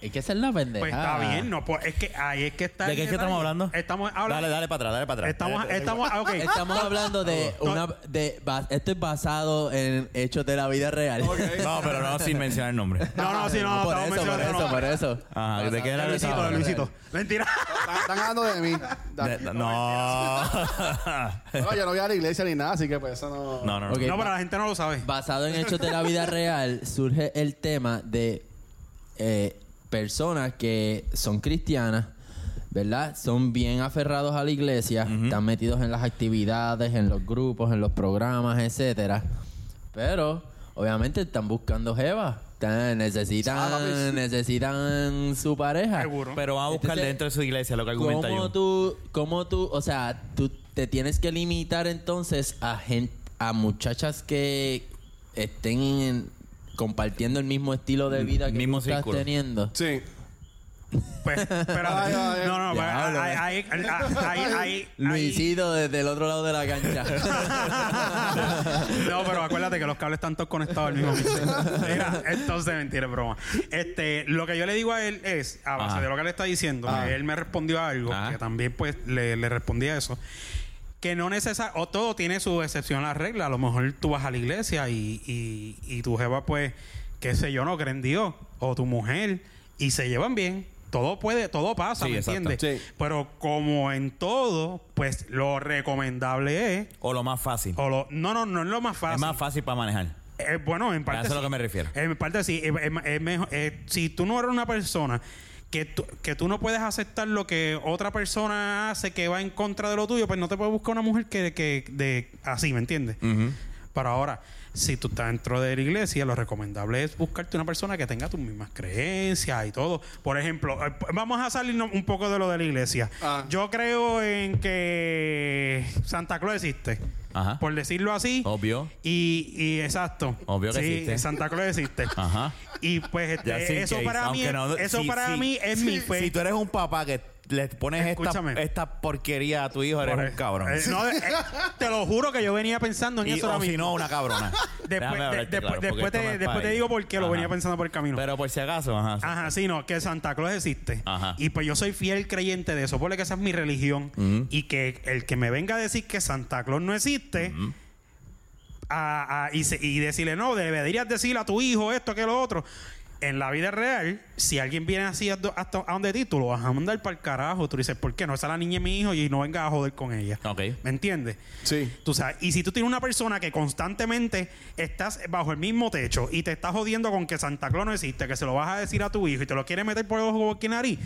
Es que esa es la pendeja. Pues está bien, no, pues es que ahí es que está. ¿De el qué es que detalle. estamos hablando? Estamos hablando. Dale, dale para atrás, dale para atrás. Estamos, Dale, dale, estamos, ah, ok. Estamos hablando de una de bas- esto es basado en hechos de la vida real. dale. No, pero no sin mencionar el nombre. No, no, sí, no, no, por estamos eso, por mencionando. eso, no. por eso. Ajá, ¿de qué era que Luisito, estaba hablando? Luisito. Mentira. Están, están hablando de mí. Ah, De- De- No. No, yo no voy a la iglesia ni nada, así que pues eso no. No, no, no. Ok. No, pero la gente no lo sabe. Basado en hechos de la vida real, surge el tema de eh, personas que son cristianas, ¿verdad? Son bien aferrados a la iglesia, están metidos en las actividades, en los grupos, en los programas, etcétera. Pero, obviamente, están buscando jeva. Están- Ah, papi, Necesitan, sí. necesitan su pareja. Seguro. Pero van a buscar Entonces, dentro de su iglesia lo que argumenta ¿Cómo yo. tú, cómo tú, o sea, tú te tienes que limitar entonces a gente, a muchachas que estén en- compartiendo el mismo estilo de vida que mismo tú estás círculo. teniendo? Sí. Pues, pero. Ay, ay, ay. No, no, pero Diablo. ahí, ahí, ahí, ahí, ahí- Luisito desde el otro lado de la cancha. no, pero acuérdate que los cables están todos conectados al mismo tiempo. Mira, entonces mentira, es broma. Este, lo que yo le digo a él es, a base Ajá. de lo que le está diciendo, que Ajá. él me respondió a algo, Ajá. que también pues le, le respondí a eso. Que no necesariamente, o todo tiene su excepción a la regla. A lo mejor tú vas a la iglesia y, y, y tu jefa, pues, qué sé yo, no cree en Dios, o tu mujer, y se llevan bien. Todo puede, todo pasa, Sí, ¿me exacto. entiendes? Sí. Pero como en todo, pues lo recomendable es O lo más fácil. o lo- no, no, no es lo más fácil. Es más fácil para manejar. Eh, bueno, en parte. A eso es sí. a lo que me refiero. En parte sí. Es- es- es mejor- eh, si tú no eres una persona que tú, que tú no puedes aceptar lo que otra persona hace que va en contra de lo tuyo, pues no te puedes buscar una mujer que, que de así, ¿me entiendes? Ujú. Pero ahora, si tú estás dentro de la iglesia, lo recomendable es buscarte una persona que tenga tus mismas creencias y todo. Por ejemplo, eh, vamos a salirnos un poco de lo de la iglesia. Ah. Yo creo en que Santa Claus existe. Ajá. Por decirlo así. Obvio. Y, y exacto. Obvio que Sí, existe. Santa Claus existe. Ajá. Y pues este, Just in eso case. para mí, Aunque no- eso si- para si- mí es si- mi fe. Si tú eres un papá que le pones esta, Escúchame. esta porquería a tu hijo, eres un cabrón. Eh, no, eh, te lo juro que yo venía pensando en Y- eso o ahora si mismo. no, una cabrona. Después, Déjame de- hablarte después- claro, porque después esto no te, es después para te ahí. digo por qué lo Ajá. venía pensando por el camino. Pero por si acaso, ajá. sí. Ajá, sí, no, que Santa Claus existe. Ajá. Y pues yo soy fiel creyente de eso, porque esa es mi religión. Y que el que me venga a decir que Santa Claus no existe, a- a- y, se- y decirle, no, deberías decirle a tu hijo esto, que lo otro. En la vida real, si alguien viene así a, do- hasta- a donde ti, tú lo vas a mandar para el carajo. Tú dices, ¿por qué no? Esa es la niña de mi hijo y no venga a joder con ella. Ok. ¿Me entiendes? Sí. Tú sabes, y si tú tienes una persona que constantemente estás bajo el mismo techo y te estás jodiendo con que Santa Claus no existe, que se lo vas a decir a tu hijo y te lo quieres meter por el ojo por nariz,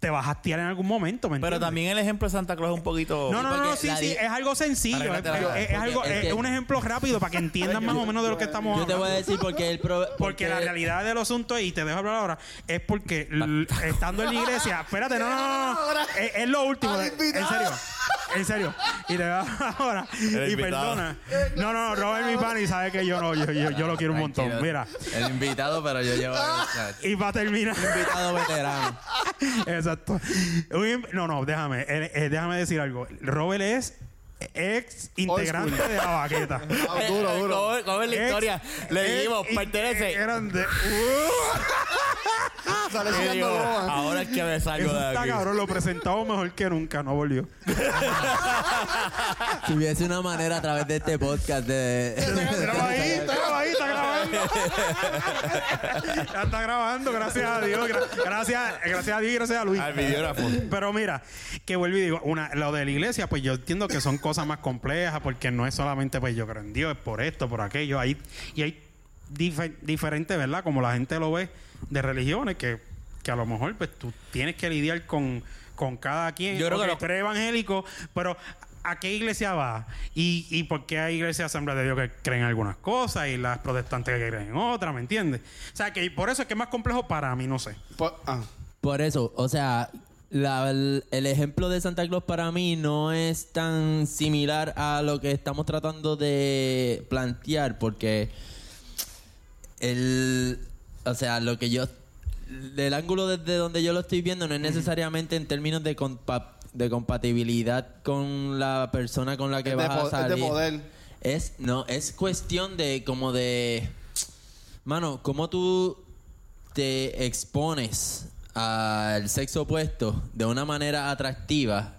te vas a hastiar en algún momento, ¿me Pero entiendes? también el ejemplo de Santa Claus es un poquito. No, no, no, Porque no, sí, la sí, di- es algo sencillo. Es, Arréglate la- es- es porque algo, es es que- un ejemplo rápido para que entiendan más o menos de lo que estamos Yo hablando. te voy a decir porque el pro- Porque la realidad del asunto, y te dejo hablar ahora, es porque l- estando en la iglesia, espérate, no, no, no, no, Es, es lo último. Al de- en invitado. serio, en serio. Y te dejo hablar ahora. El Y invitado. perdona. No, no, no, Robert mi pan y sabe que yo no, yo, yo, yo lo quiero un montón. Tranquilo. Mira. El invitado, pero yo llevo Y para terminar. invitado veterano. Exacto. Un im- No, no, déjame, eh, eh, déjame decir algo. Robert es ex integrante de la vaqueta. Ah, duro, duro. ¿Cómo, cómo es la historia? Le dijimos, pertenece. Eran de. Sale Y digo, siguiendo goma. ahora es que me salgo Eso de está aquí. cabrón, lo presentamos mejor que nunca, no volvió. Si hubiese una manera a través de este podcast de... Graba ahí, está grabado ahí, está grabando. ya está grabando, gracias a Dios. gra- gracias, gracias a Dios y gracias a Luis. Al videógrafo. Pero mira, que vuelvo y digo, una, lo de la iglesia, pues yo entiendo que son cosas más complejas, porque no es solamente, pues yo creo en Dios, es por esto, por aquello, ahí, y hay dife- diferente, ¿verdad? Como la gente lo ve de religiones, que, que a lo mejor pues tú tienes que lidiar con, con cada quien. Yo creo Ok, que lo- tú eres evangélico, pero ¿a qué iglesia vas? ¿Y, y por qué hay iglesias Asamblea de Dios que creen en algunas cosas y las protestantes que creen en otras, ¿me entiendes? O sea, que por eso es que es más complejo para mí, no sé. Po- ah. Por eso, o sea, la- el, el ejemplo de Santa Claus para mí no es tan similar a lo que estamos tratando de plantear, porque el, o sea, lo que yo, del ángulo desde donde yo lo estoy viendo no es necesariamente en términos de compa- de compatibilidad con la persona con la que Es de vas po- a es de salir. poder. Es, no, es cuestión de como de... Mano, ¿cómo tú te expones al sexo opuesto de una manera atractiva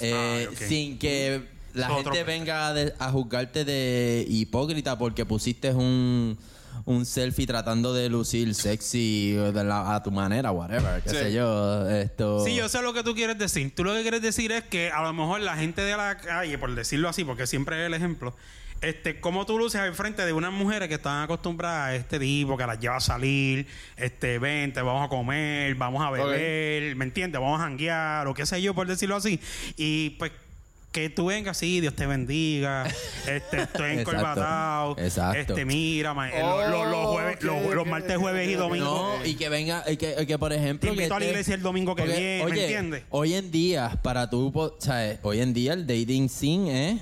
eh, Ah, ok. sin que la Otro- gente venga a, de- a juzgarte de hipócrita porque pusiste un, un selfie tratando de lucir sexy o de la- a tu manera, whatever, qué Sí. sé yo. Esto... Sí, yo sé lo que tú quieres decir. Tú lo que quieres decir es que a lo mejor la gente de la calle, por decirlo así, porque siempre es el ejemplo, este, cómo tú luces al frente de unas mujeres que están acostumbradas a este tipo, que las lleva a salir, este, vente, vamos a comer, vamos a beber, ¿me entiendes? Vamos a janguear, o qué sé yo, por decirlo así. Y pues que tú vengas así, Dios te bendiga, este, estoy Exacto. encorbatado, Exacto. este, mira, ma- eh, lo- lo- los, Oh, jueves, ok, los, los ok, martes, ok, jueves y ok, ok. domingos. No, y que venga, y que, y que, por ejemplo. Te invito que este- a la iglesia el domingo que Porque, viene, ¿me entiendes? Hoy en día, para tú, po- ¿sabes? Hoy en día el dating scene es.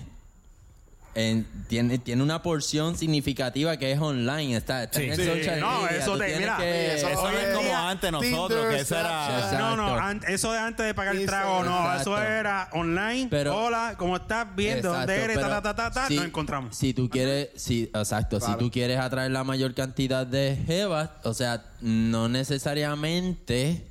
en- tiene, tiene una porción significativa que es online. Está, está en el Sí. social No, media, eso tú te- tienes mira, que- eso- Eso no Hoy en es como día, antes nosotros, Tinder, que eso era... Snapchat. No, no, Exacto. an- eso de antes de pagar el Eso, trago, no, exacto. eso era online. Pero- Hola, ¿cómo estás? Bien, ¿de dónde Exacto, eres? Ta, pero ta, ta, ta, ta, si- nos encontramos. Si tú quieres, si, exacto, si Claro. tú quieres atraer la mayor cantidad de jevas, o sea, no necesariamente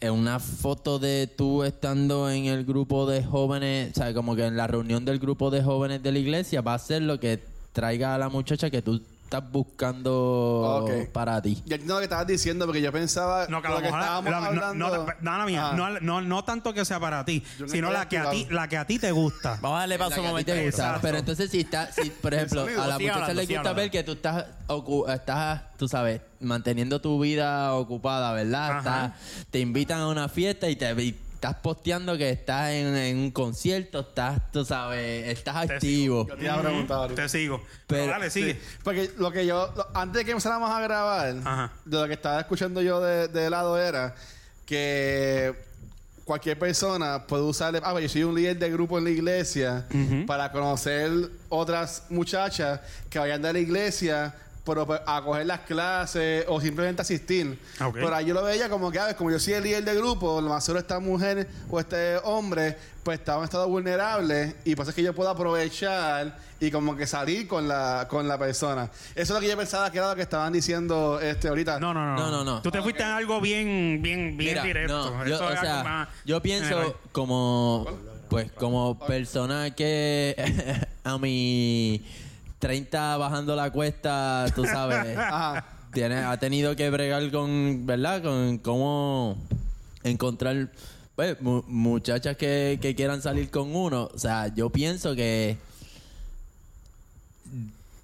en una foto de tú estando en el grupo de jóvenes, o sea, como que en la reunión del grupo de jóvenes de la iglesia va a ser lo que traiga a la muchacha que tú estás buscando Ok. para ti. Ya entiendo lo que estabas diciendo porque yo pensaba No, que a lo lo que mejor la- estábamos la- no, hablando. no, ta- nada mía, Ah. no, no, no tanto que sea para ti, Yo no sino estoy la que, a ti, activado. la que a ti te gusta. Vamos a darle La paso que un a ti momento. te gusta. Exacto. Pero entonces si está, si, por ejemplo, sonido, a la sigue muchacha hablando, le sigue gusta hablando. ver que tú estás, ocu- estás, tú sabes, manteniendo tu vida ocupada, ¿verdad? Ajá. Estás- te invitan a una fiesta y te y estás posteando que estás en, en un concierto, estás, tú sabes, estás activo. Yo te iba a preguntar ahorita. Te sigo. Pero, Pero- dale, sigue. Porque lo que yo, lo- antes de que empezáramos a grabar, Ajá. de lo que estaba escuchando yo de, de lado era que cualquier persona puede usarle, ah, pues yo soy un líder de grupo en la iglesia para conocer otras muchachas que vayan de la iglesia pero pa- a coger las clases o simplemente asistir. Ah, ok. Pero ahí yo lo veía como que, a ver, como yo soy el líder del grupo, lo más seguro esta mujer o este hombre pues estaba en estado vulnerable y pasa que yo puedo aprovechar y como que salir con la con la persona. Eso es lo que yo pensaba que era lo que estaban diciendo este ahorita. No, no, no. No, no, no. Tú te fuiste en algo bien, bien, bien Mira, directo. no, yo, Eso o es algo sea, más yo pienso general. como pues como persona que a mi 30 bajando la cuesta, tú sabes, Ajá. tiene, ha tenido que bregar con, ¿verdad? Con cómo encontrar pues, mu- muchachas que, que quieran salir con uno. O sea, yo pienso que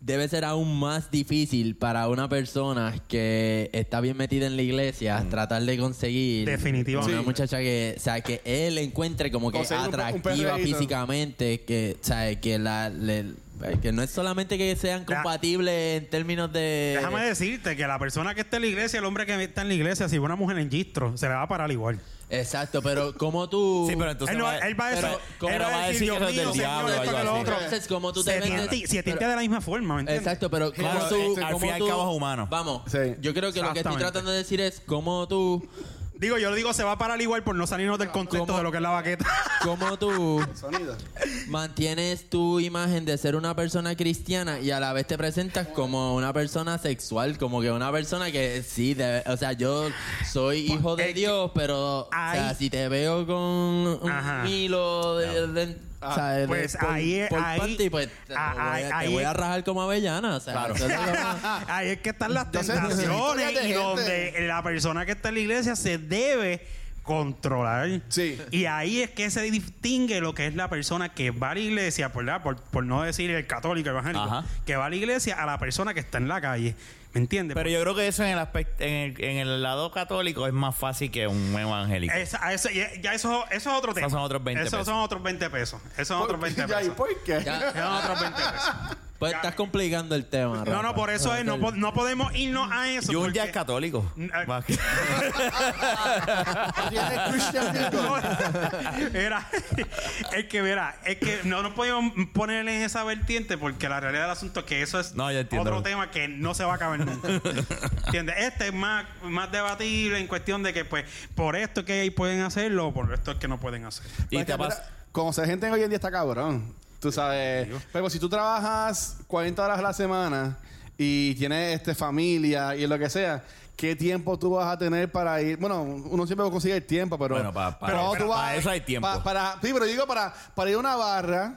debe ser aún más difícil para una persona que está bien metida en la iglesia Mm. tratar de conseguir Definitivamente. una Sí. muchacha que, o sea, que él encuentre como que Conseguir un pe- un atractiva perreíto. físicamente, que, o sea, que la le- que no es solamente que sean Ya. compatibles en términos de Déjame decirte que la persona que está en la iglesia, el hombre que está en la iglesia, si ve una mujer en gistro, se le va a parar igual. Exacto, pero como tú Sí, pero entonces... él, no- va- él va a pero- decir, ¿cómo él va a decir Dios que eso es del mío, señor, diablo o esto que algo lo así"? otro. entonces como tú se te metes- tiente, se tiente pero- de la misma forma, ¿me entiendes? Exacto, pero Claro, ¿cómo tú, eh, al cómo fin y al tú- cabo es humano. Vamos, Sí. yo creo que lo que estoy Exactamente. tratando de decir es cómo tú, Digo, yo lo digo, se va a parar igual por no salirnos del contexto ¿Cómo? de lo que es la baqueta. cómo tú Sonido. mantienes tu imagen de ser una persona cristiana y a la vez te presentas como una persona sexual, como que una persona que sí, de- o sea, yo soy hijo es de que- Dios, pero o sea, Pues, eh, Ahí- si te veo con un Ajá. hilo de... de- o sea, de- pues por- ahí es- por ahí- panty, pues te, ah, voy, a- ahí- te ahí voy es- a rajar como avellana, o sea, Claro. entonces lo- Ahí es que están las Entonces, historias tentaciones de y gente. donde la persona que está en la iglesia se debe controlar. Sí. Y ahí es que se distingue lo que es la persona que va a la iglesia, ¿verdad? Por, por no decir el católico evangélico, Ajá. que va a la iglesia a la persona que está en la calle. ¿Me entiendes? Pero yo creo que eso en el aspecto, en el, en el lado católico es más fácil que un evangélico. Esa- esa- ya, ya eso, eso es otro tema. son otros 20 Esos pesos. son otros 20 pesos. Esos son otros 20 Ya, ¿y pesos. por qué? ya, Son otros 20 pesos. pues estás complicando el tema. No, Rafa. no, por eso es, no, po- no podemos irnos a eso. y un porque- ya es católico. Mm, eh. Más que- Tiene Christian Mingle. Era, es que, mira, es que no nos podemos poner en esa vertiente porque la realidad del asunto es que eso es No, yo entiendo. otro tema que no se va a caber nunca. ¿Entiendes? Este es más, más debatible en cuestión de que, pues, por esto es que ahí pueden hacerlo, por esto es que no pueden hacer. y Pues te que, pasa. mira, Conocer gente hoy en día está cabrón. Tú sabes. Pero si tú trabajas 40 horas a la semana y tienes este, familia y lo que sea, ¿Qué tiempo tú vas a tener para ir? Bueno, uno siempre consigue el tiempo, pero. Bueno, pa- pa- pero pero tú para eso hay tiempo. pa- para, sí, pero digo, para, para ir a una barra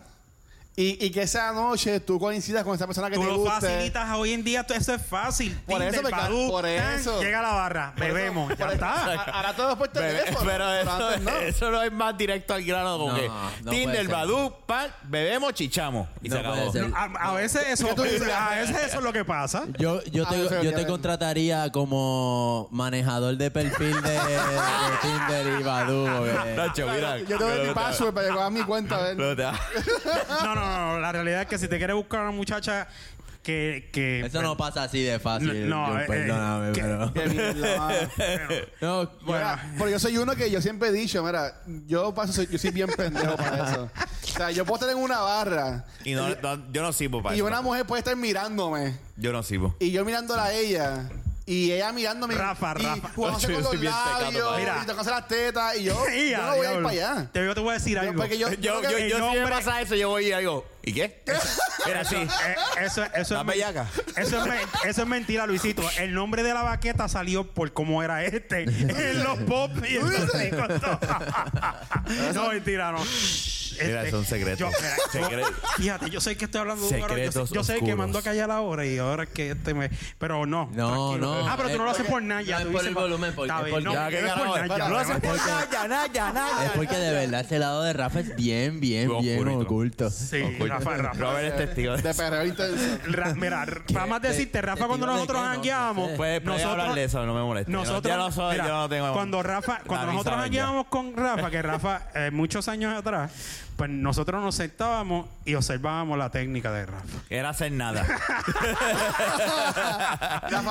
y, y que esa noche tú coincidas con esa persona que Tú te lo guste. facilitas hoy en día, tú- eso es fácil. Por eso me ca- Badoo, por tan, eso. Llega a la barra, bebemos, ya Por eso- está. a- Ahora todo es por Bebé, teléfono. pero eso, antes no. eso no es más directo al grano como No, que no puede Tinder, ser. Badoo, pan, bebemos, chichamos y No se acabó. puede ser. A, a veces eso, tú dices? a veces eso es lo que pasa. Yo, yo, Ah, te, eso yo debería te haber. contrataría como manejador de perfil de, de Tinder y Badoo. porque- Nacho, mira, Yo te doy mi password para llegar a mi cuenta a ver. no te- No, no, no, no, La realidad es que si te quieres buscar a una muchacha que. que Eso no pasa así de fácil. No, Jun, eh, eh, perdóname, que- pero. Qué mierda, mano. No, Mira, bueno. porque yo soy uno que yo siempre he dicho, mira, yo paso, soy- yo soy bien pendejo para eso. O sea, yo puedo estar en una barra y no, no, yo no sirvo para y eso. una mujer puede estar mirándome Yo no sirvo. y yo mirándola a ella y ella mirándome Rafa, y Rafa. jugándose Yo con soy los bien tecato labios para eso. y tocándose las tetas y yo, Y yo a no voy a ir diablo. para allá. Te, yo te voy a decir Yo- algo. porque yo, Yo, yo, el yo, si me nombre- pasa eso, yo voy y hago, ¿y qué? Mira, sí. Eh, eso, eso, La es, men- bellaca. eso, es, men- eso es mentira, Luisito. El nombre de la baqueta salió por cómo era este en los pop y en los discos. No, mentira, no. Mira, Este, son secretos. yo- mira, yo- Secretos. fíjate, yo sé que estoy hablando de un varón, Yo, Secretos sé- yo sé que oscuros. mandó a callar ahora y ahora es que este me. Pero no. No, tranquilo. no. Eh, Ah, pero tú no lo haces por nada. No ya, es tú por dices el pa- volumen, porque- Está bien, porque- no, Ya, no que es por carajo, nada, espera, ya, no no hace es por falta nada. nada, nada, Es nada. porque de verdad ese lado de Rafa es bien, bien, Oscurito. bien oculto. Sí, Oculto. Rafa, Rafa. Robert es testigo. de perreo intenso. Ra- mira, para más decirte, Rafa, cuando Este ¿De- de- de nosotros qué? No, jangueamos, no sé. Puedes puedes nosotros- hablar de eso, no me molesta. Yo no- Nosotros, yo no soy, mira, yo no tengo. cuando Rafa, la cuando visa nosotros verde. jangueamos con Rafa, que Rafa, eh, muchos años atrás, pues nosotros nos sentábamos y observábamos la técnica de Rafa. Era hacer nada. Rafa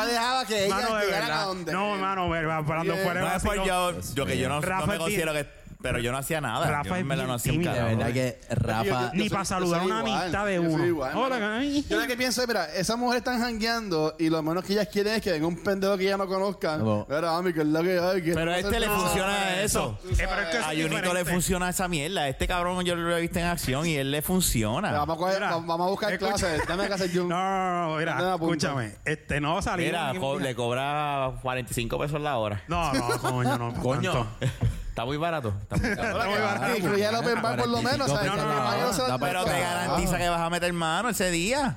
dejaba que ella Mano, de llegara a verdad. donde. No, mano, verdad, cuando Bien. fuera No es por vacilón, yo, yo que yo no, no Rafa me es considero que. Pero yo no hacía nada. Rafa Yo es me la bien no hacía un tímido, De carajo. verdad que Rafa. Ni pa' saludar una amistad de uno. Hola, Hola, Gaby. Yo lo que pienso es, mira, esas mujeres están jangueando y lo menos que ellas quieren es que venga un pendejo que ellas no conozcan. No. Mira, mami, que es lo que hay. que Pero no a este hacer le nada. funciona eso. Eh, pero es que eso A es Junito le diferente. funciona esa mierda. A Este cabrón yo lo he visto en acción y él le funciona. Vamos a, coger- Mira, vamos a buscar escucha. clases. Dame clases, Jun. No, no, no, Nada, mira, punto. escúchame. Este, no salimos. Mira, aquí- co- le cobra 45 pesos la hora. no, no, coño, no. Coño. tanto. Está muy barato. Está muy barato. Está muy barato. Ah, Incluye el open bar por lo menos. 45 ¿sabes? Que pesos el la mayo hora. se- Da Pero te Ah. garantiza que vas a meter mano ese día.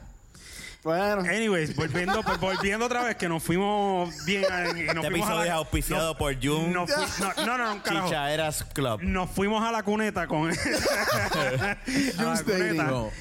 Bueno. Anyways, volviendo, pues, volviendo otra vez, que nos fuimos bien. eh, y nos Este fuimos a la- episodio es auspiciado por Jun nos fu- no, no, no, un carajo. Chichaeras Club. Nos fuimos a la cuneta con. a la Tuesday, cuneta. No.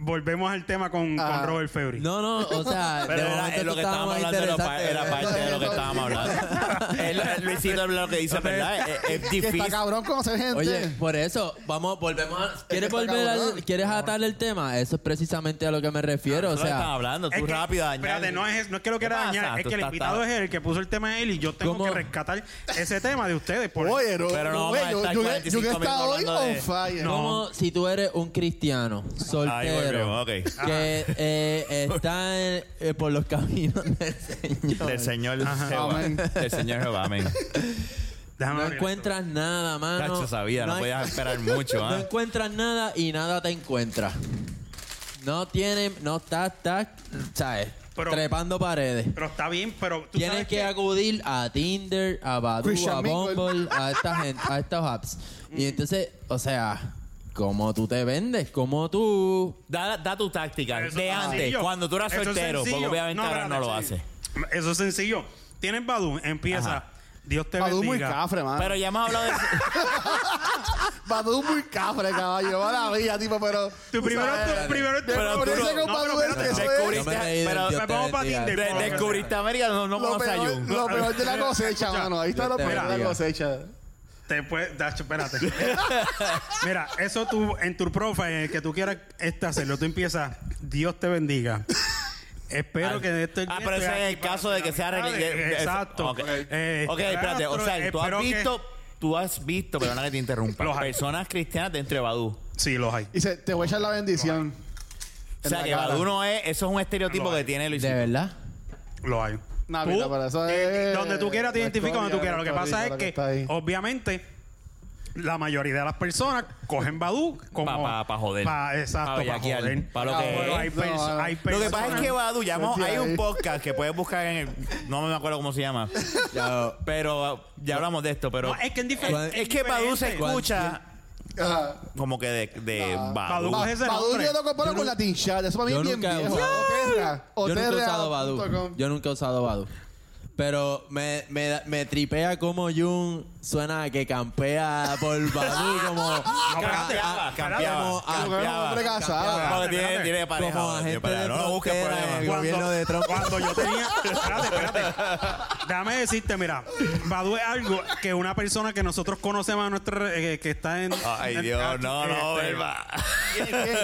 Volvemos al tema con, con Ajá. Robert Febri. No, no, o sea, Pero de era, momento es lo tú que estabas estábamos más hablando, era, pa- interesante. era parte de lo que estábamos hablando. Él- él- Luisito es lo que dice, ¿verdad? Es- Es Que difícil. está cabrón conocer gente. Oye, por eso, vamos, volvemos a... ¿Quieres, está volver cabrón. al- ¿quieres atarle el tema? Eso es precisamente a lo que me refiero, o Nosotros estamos sea... hablando, tú que- rápido dañar. Espérate, no es, no es que lo ¿Qué quiera pasa? dañar, es Tú que el estás- invitado es estás- el que puso el tema de él y yo tengo ¿Cómo? que rescatar ese tema de ustedes. Por Oye, no, Pero no no, vamos a estar Jun- Jun 45 está hoy minutos hablando on de- fire. No. Como si tú eres un cristiano Ahí volvemos, soltero ok. que eh, está en- eh, por los caminos del Señor. Del Señor Jehová. Amén. Del Señor Jehová, amén. déjame No abrir encuentras nada, mano. Tacho, sabía, no hay- podías esperar mucho, No ¿ah? encuentras nada y nada te encuentra. No tienen, no estás, estás, ¿sabes? Pero- Trepando paredes. esto. Pero está bien, pero tú Tienes sabes que que. acudir a Tinder, a Badoo, Christian a Mingle. Bumble, a esta gente, a estos apps. Y Mm. entonces, o sea, ¿cómo tú te vendes? ¿Cómo tú? Da, da tu táctica Eso de es antes, sencillo. cuando tú eras Eso es soltero, porque sencillo. obviamente ahora espérate, no lo sí. haces. Eso es sencillo. Tienes Badum, empieza. Ajá. Dios te Badú muy bendiga. cafre, mano. Pero ya hemos hablado de Badú muy cafre, caballo. Maravilla, tipo, pero... Tu primero, tu primero, tu Pero tú Pero no- ese con no, pero Badú es espérate, eso es- Pues, Yo me descubriste, reí del pero Dios vamos te pa' bendiga. Tinder. de- descubriste América, no, no Lo conoces a peor, Jun. Ah, lo peor de la cosecha, Escucha. mano. Ahí está lo Yo te peor de la bendiga. cosecha. Te puede, Dacho, espérate. Mira, eso tú, en tu profile, en el que tú quieras este, hacerlo, tú empiezas, Dios te bendiga. Espero Ah, que de esto ah, pero estoy ese es aquí el para caso de que sea finales. Ah, relig- de- de- Exacto. Ok, Eh, Ok, espérate, o sea, tú espero has que- visto, tú has visto, perdona que te interrumpa, Los hay. personas cristianas dentro de Badú. Sí, los hay. Dice, te voy a echar la bendición. O sea, En la que cara. Badú no es, eso es un estereotipo Los hay. que tiene Luis. De verdad. Lo hay. No, Tú, eh, mira, pero eso es donde tú quieras te la identificas donde tú escoria, quieras. Lo que la pasa es escoria, que, lo que está ahí. obviamente, la mayoría de las personas cogen Badu como Pa- pa- pa joder. pa- exacto, Pa para bellaquear, joder. pa lo Ah, que pero es. hay perso- No, hay Lo que pasa es personas- que Badu llamó, Mentira, hay eh. un podcast que puedes buscar en el, no me acuerdo cómo se llama, pero ah, ya hablamos de esto, pero No, es que en difer- Cuan- es es que Badu se diferente. escucha Ajá. como que de, de Badu. Badu. Coge ese Badu nombre. yo lo comparo Yo con nu- la tincha. Eso para mí yo es bien nunca he viejo. usado- Oterra. Yo nunca he usado Badu. Oterra.com. Yo nunca he usado Badu. Pero me, me, da- me tripea como Jun suena a que campea por Badu como... campeaba, a- campeaba, como a- Como que era un hombre casado. campeaba. Porque tiene, espérate. tiene pareja. Como Badu, agente tiene pareja. de No lo busques frontera, problemas. el gobierno de Trump. Cuando yo tenía. Espérate, espérate. Déjame decirte, mira, Badu es algo que una persona que nosotros conocemos a nuestro, eh, que está en. Ay, en- Dios, no, no, este, verba.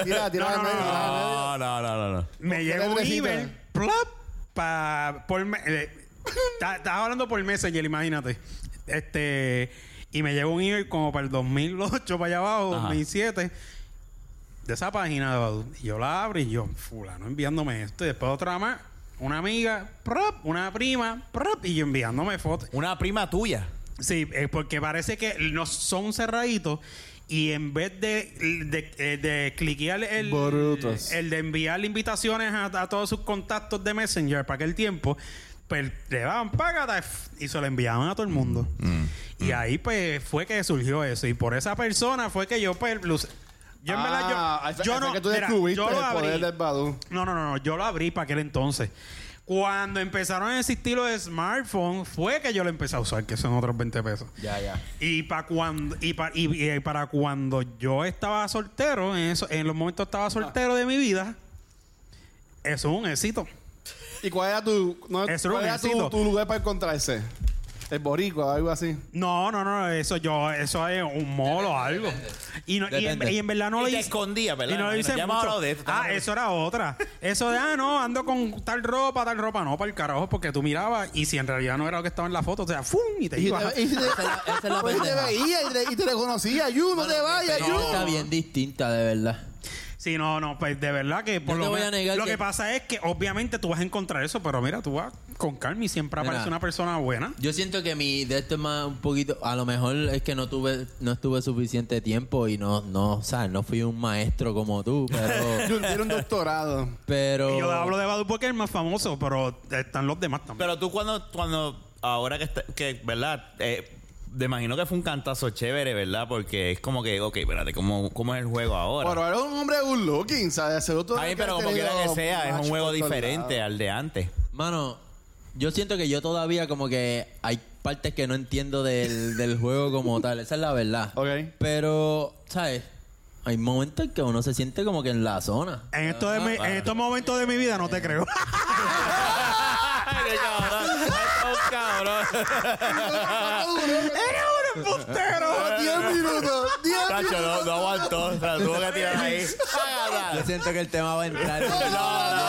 Tira, tira No, al no, no, medio, tira al medio. No, no, no, no, no. Me Con llega un letrecita. email, plop, pa, por me- eh, ta- Estás hablando por Messenger, imagínate. Este. Y me llegó un email como para el 2008, para allá abajo, Ajá. 2007. De esa página de Badu. Y yo la abro y yo, fulano, enviándome esto. Y después otra más, una amiga, prop, una prima, prop, y yo enviándome fotos. Una prima tuya. Sí, eh, porque parece que no son cerraditos y en vez de, de, eh, de cliquear el, Brutos. el de enviar invitaciones a, a todos sus contactos de Messenger para aquel tiempo, pues le daban págata y se lo enviaban a todo el mundo. y ahí pues fue que surgió eso. Y por esa persona fue que yo pues... luz- Yo en verdad yo, Ah, ahí fue- yo ahí fue no... que tú mira, descubriste yo lo el abrí. poder del Badu. No, no, no, no, yo lo abrí para aquel entonces. Cuando empezaron a existir los smartphones, fue que yo lo empecé a usar, que son otros 20 pesos. Ya, ya. Y para cuando y pa- y- y para cuando yo estaba soltero, en eso, en los momentos estaba soltero de mi vida, eso es un éxito. ¿Y cuál era tu, no, Eso era cuál un era tu, éxito. tu lugar para encontrarse? El boricua o algo así. No, no, no, eso yo eso es un molo o algo. Y, no- y, en, Depende. y en verdad no lo y te hice. escondía, ¿verdad? Y no lo hice Ya hemos mucho. hablado de esto. Ah, eso era otra. Eso de, ah, no, ando con tal ropa, tal ropa. No, para el carajo, porque tú mirabas y si en realidad no era lo que estaba en la foto, o sea, ¡fum! Y te Y ibas. te, y te, esa es la pues te pendeja. veía y te, y te reconocía. Yu, no te vayas, Pero está Yu. bien distinta, de verdad. Sí, no, no, pues de verdad que por No te lo voy a menos. negar Lo que- que... pasa es que obviamente tú vas a encontrar eso, pero mira, tú vas con calma y siempre Mira. aparece una persona buena. Yo siento que mi de esto es más un poquito, a lo mejor es que no tuve no estuve suficiente tiempo y no no, o sea, no fui un maestro como tú, pero Yu tiene un doctorado. pero Y yo hablo de Badu porque es el más famoso, pero están los demás también. Pero tú cuando, cuando ahora que, está- que ¿verdad? Eh, te imagino que fue un cantazo chévere, ¿verdad? Porque es como que, ok, espérate, ¿cómo, cómo es el juego ahora? Pero era un hombre good looking, ¿sabes? Seguro tú Está bien, que pero has como quiera que tenido sea, es match un juego por todos diferente lados. al de antes. mano, yo siento que yo todavía como que hay partes que no entiendo del, del juego como tal, esa es la verdad. Ok. Pero, ¿sabes? Hay momentos que uno se siente como que en la zona. en, esto de mi- en estos momentos de mi vida no te creo. ¡Qué cabrón! ¡Qué cabrón! ¿Cuánto duró? ¡Pero! 10 minutos, 10 Tacho, no, no aguantó. Se la tuvo que tirar ahí. Yo siento que el tema va a entrar. No, no, no,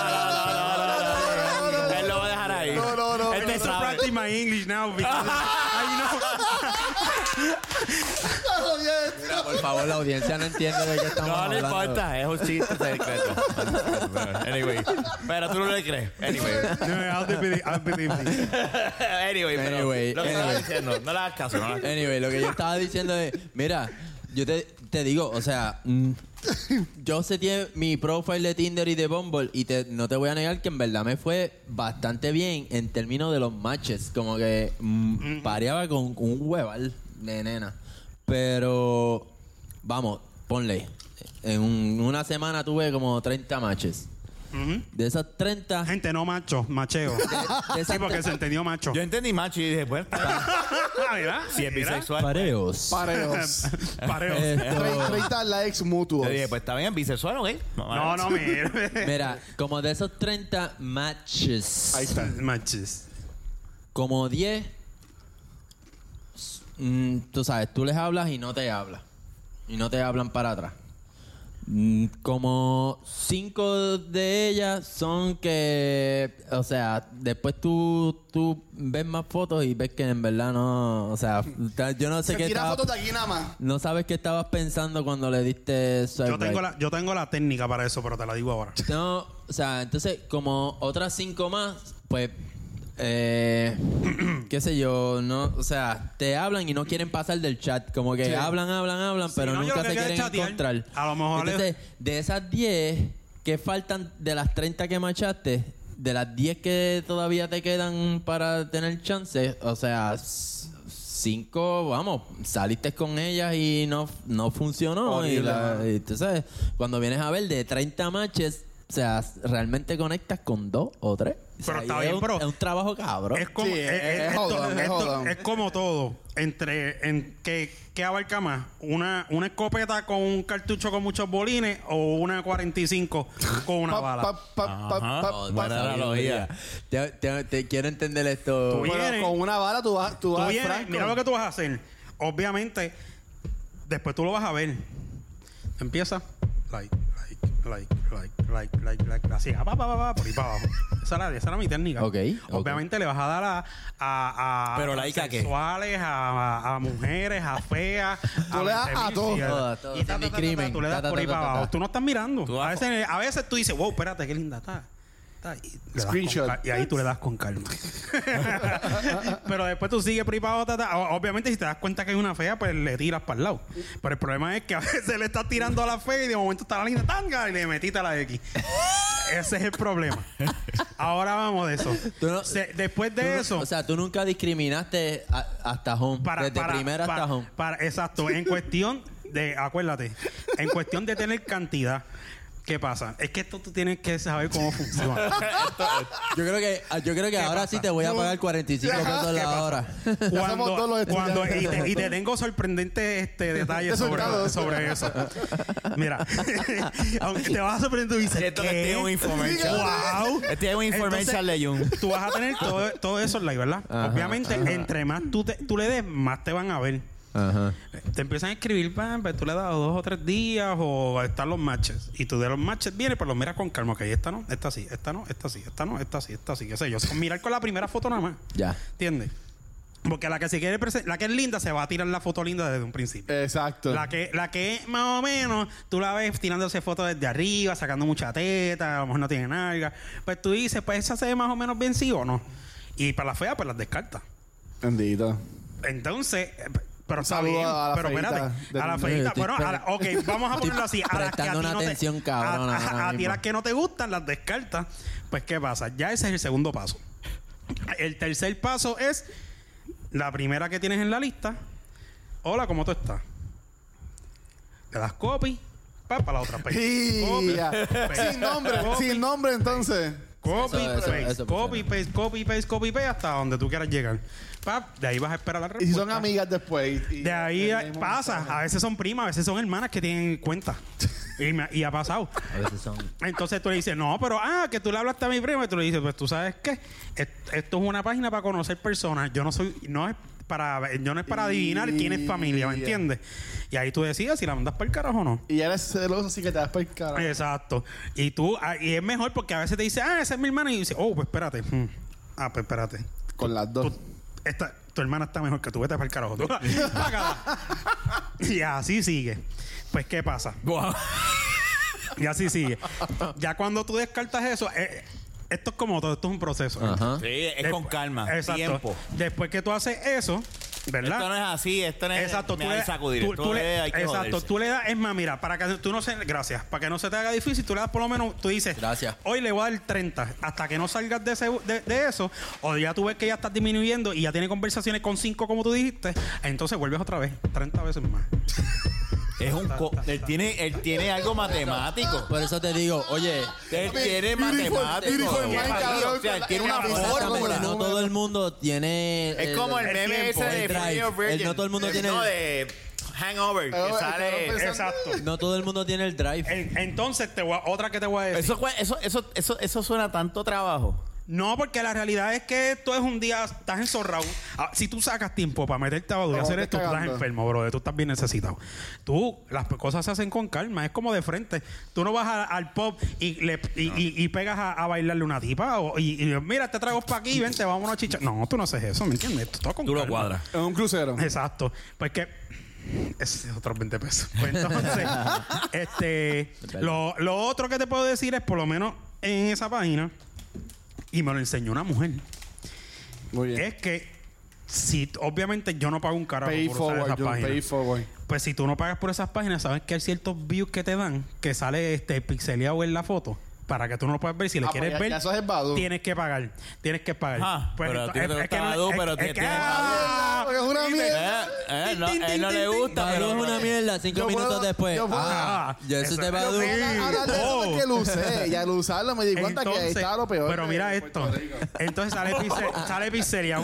no, no, no, no. Él lo va a dejar ahí. No, no, no, Él te no, So sabe. practice my English now because I know. minutos. Bien. Por favor, la audiencia no entiende de qué estamos No le hablando. importa, es un chiste secreto. Anyway, pero tú no le crees. Anyway, No, I'll believe- I'll believe you. anyway, pero Anyway, lo que estaba anyway. diciendo, no le hagas caso, no le hagas caso. Anyway, lo que yo estaba diciendo es, mira, yo te, te digo, o sea, mm, yo seteé mi profile de Tinder y de Bumble y te, no te voy a negar que en verdad me fue bastante bien en términos de los matches, como que mm, pareaba con, con un hueval de nena. Pero, vamos, ponle, en un- una semana tuve como 30 matches. De esas 30... Gente, no macho, macheo. de Sí, esas porque se entendió macho. Ah, Yo entendí macho y dije, bueno, ¿Verdad? si es ¿Verdad? bisexual. Pareos. Parejos. Pareo. Eh, Esto- 30 likes mutuos. Yo dije, pues está bien, bisexual, ok. No, no, mira. Mira, como de esos 30 matches, Ahí está. Matches. como 10, s- mm, tú sabes, tú les hablas y no te hablan. Y no te hablan para atrás. Mm, Como 5 de ellas son que, o sea, después tú, tú ves más fotos y ves que en verdad no, o sea, yo no sé Se qué tira estaba, fotos de aquí nada más. no sabes qué estabas pensando cuando le diste swipe Yo tengo, right. la, yo tengo la técnica para eso, pero te la digo ahora. No, o sea, entonces como otras cinco más, pues eh, qué sé yo, no, o sea, te hablan y no quieren pasar del chat, como que hablan, hablan, hablan, pero no, yo nunca lo que se quiero quieren es chatear. encontrar. A lo mejor es- Entonces, de esas 10 que faltan, de las 30 que machaste, de las 10 que todavía te quedan para tener chance, o sea, 5, vamos, saliste con ellas y no, no funcionó. Y Horrible, la- mano. y tú sabes, cuando vienes a ver de 30 matches, o sea, realmente conectas con dos o tres. O sea, Pero está y es bien, un- pero- Es un trabajo cabrón. Es como, Sí, eh, es- eh, es esto- jodón, es esto- jodón. es como todo. Entre en, ¿qué, qué abarca más? ¿Una, ¿Una escopeta con un cartucho con muchos bolines o una 45 con una Pa, bala? pa, pa, pa, Ajá. pa, Oh, pa. buena analogía. Te, te- te quiero entender esto. Tú- vienes- Pero con una bala tú vas, tú Tú vas vienes, franco. mira lo que tú vas a hacer. Obviamente, después tú lo vas a ver. Empieza. Like, like, like, like, like, like, like. Así, ah, pa, pa, pa, pa, por ahí para abajo. Esa era, esa era mi técnica. Ok, ok. Obviamente le vas a dar a. a, a Pero, like, ¿a qué? sexuales, a, a- a mujeres, a feas. Tú le das a lesbicias. todo. Todo, todo, Y sin ta, ta, ta, ta, discrimen. Tú le das Ta, ta, por ahí ta, ta, para ta. abajo. Tú no estás Tú mirando. A vas- veces, a veces tú dices, wow, espérate, qué linda está. Está. Y le das con Screenshot. cal- Y ahí tú le das con calma. Pero después tú sigues privado. ta, ta. O- Obviamente, si te das cuenta que es una fea, pues le tiras para el lado. Pero el problema es que a veces le estás tirando a la fea y de momento está la linda tanga y le metiste a la X. Ese es el problema. Ahora vamos de eso. Tú no- Se- después de tú no- eso. O sea, tú nunca discriminaste a- hasta home. desde primera para- hasta home. para- exacto. En cuestión de, acuérdate, en cuestión de tener cantidad, ¿qué pasa? Es que esto tú tienes que saber cómo funciona. Yo creo que, ah, yo creo que ahora pasa? sí te voy a No. pagar 45 Ajá. pesos ¿Qué la hora. Ya somos todos los Cuando, cuando- y, estudiantes. te, y te tengo sorprendente este detalle sobre, Resultados. sobre eso. Mira, aunque te vas a sorprender, tú dices, Esto ¿qué? este es un information. Wow. Este es un information legend. Tú vas a tener todo, todo eso en live, ¿verdad? Obviamente, entre más tú, te- tú le des, más te van a ver. Ajá. Te empiezan a escribir, pam, pero tú le das dos o tres días o están los matches. Y tú de los matches vienes, pero los miras con calma. Ok, esta no, esta sí, esta no, esta sí, esta no, esta sí, esta sí. Qué sé yo. Con mirar con la primera foto nada más. Ya. ¿Entiendes? Porque la que se quiere presen- la que es linda, se va a tirar la foto linda desde un principio. Exacto. La que, la que es más o menos, tú la ves tirándose fotos desde arriba, sacando mucha teta, a lo mejor no tiene nalga. Pues tú dices, pues esa se ve más o menos bien sí o no. Y para la fea, pues las descartas. Bendito. Entonces, eh, pero está saludo bien, a la pero feíta espérate, del- a la Yo feita, estoy bueno, a la- pre- ok, vamos a ponerlo así, a las que a ti prestando una no atención te, cabrona a- a, ahora a ti mismo. las que no te gustan las descartas, pues qué pasa, ya ese es el segundo paso. El tercer paso es la primera que tienes en la lista. Hola, ¿cómo tú estás? Le das copy, pa, para la otra page. Copy, Y ya. paste. Sin nombre, Copy, sin nombre entonces. Copy, Eso- eso- paste, eso copy, paste, copy, paste, copy, paste, hasta donde tú quieras llegar. Pap, de ahí vas a esperar la Y respuesta. si son amigas después. y- y- Pues, De ahí el mismo pasa. mensaje. A veces son primas, a veces son hermanas que tienen cuenta. Y, me- y ha pasado. A veces son. Entonces tú le dices, no, pero ah, que tú le hablaste a mi prima. Y tú le dices, pues tú sabes qué. Es- Esto es una página para conocer personas. Yo no soy, no es para, yo no es para adivinar quién es familia, ¿me Ya. entiendes? Y ahí tú decides si la mandas para el carajo o no. Y eres celoso, así que te das para el carajo. Exacto. Y tú, ah, y es mejor porque a veces te dice, ah, esa es mi hermana. Y dices, oh, pues espérate. Hmm. Ah, pues espérate. Con las dos. Tú- esta- tu hermana está mejor que tú, vete para el carajo. tú. y así sigue. Pues, ¿qué pasa? Wow. Y así sigue. Ya cuando tú descartas eso, eh, esto es como todo, esto es un proceso. Ajá. Sí, es Desp- con calma, Eh, Exacto. tiempo. Después que tú haces eso, ¿verdad? Esto no es así, esto no es Exacto, me tú hay le, sacudir, tú- esto tú le- es- hay que exacto, joderse. tú le das, es más, mira, para que tú no se, gracias, para que no se te haga difícil, tú le das por lo menos, tú dices, Gracias. hoy le voy a dar 30, hasta que no salgas de, ese- de, de eso, o ya tú ves que ya estás disminuyendo y ya tiene conversaciones con 5 como tú dijiste, entonces vuelves otra vez, 30 veces más. Es un co- él tiene él tiene algo matemático. Por eso te digo, oye. Él tiene Beautiful, matemático. beautiful mind, O cabrón. sea, él tiene una Exactamente, exactamente, fórmula. No todo el mundo tiene. Es como el el meme tiempo, ese de el drive. Free of Virgin. El- no todo el mundo tiene- No, de Hangover, Ah, que bueno, sale... pues, pero no pensaba- Exacto. No todo el mundo tiene el drive. En- entonces, te voy a- otra que te voy a decir. Eso, cua- eso, eso, eso, eso suena tanto trabajo. No, porque la realidad es que esto es un día, estás enzorrado. Ah, si tú sacas tiempo para meterte a y No, hacer te esto, tú estás cagando. enfermo, bro. Tú estás bien necesitado. Tú, las cosas se hacen con calma, es como de frente. Tú no vas a- al pop y, le, y, y- y pegas a, a bailarle una tipa o, y, y, mira, te traigo para aquí, vente, vámonos a chichar. No, tú no haces eso, ¿me entiendes? Esto es todo con calma. En un crucero. Exacto. Pues que. Es otros 20 pesos. Pues entonces, este. Lo, lo otro que te puedo decir es, por lo menos en esa página, y me lo enseñó una mujer. Muy bien. es que si obviamente yo no pago un carajo pay por usar forward, esas John, páginas. pay forward. Pues si tú no pagas por esas páginas, sabes que hay ciertos views que te dan que sale este pixeleado en la foto para que tú no lo puedas ver. Si le Ah, quieres pues ya- ver, ya eso es Badoo. tienes que pagar. Tienes que pagar. Pues Ah, pero a ti no te es- es gusta que no- Badoo, es- pero es ti- que- tienes- ¡Ah! Porque es una Dime. mierda. Eh, eh, no, él no le gusta, Badoo pero es una mierda, cinco Yo puedo- minutos después. yo puedo- ah, ya eso eso- te va a yo puedo- durar. Ahora ahora de eso Oh. es que lo usé. Y al usarlo me di cuenta que ahí Entonces- estaba lo peor. Pero de mira Puerto esto. Rico. Entonces sale, pixel, sale pixeleado.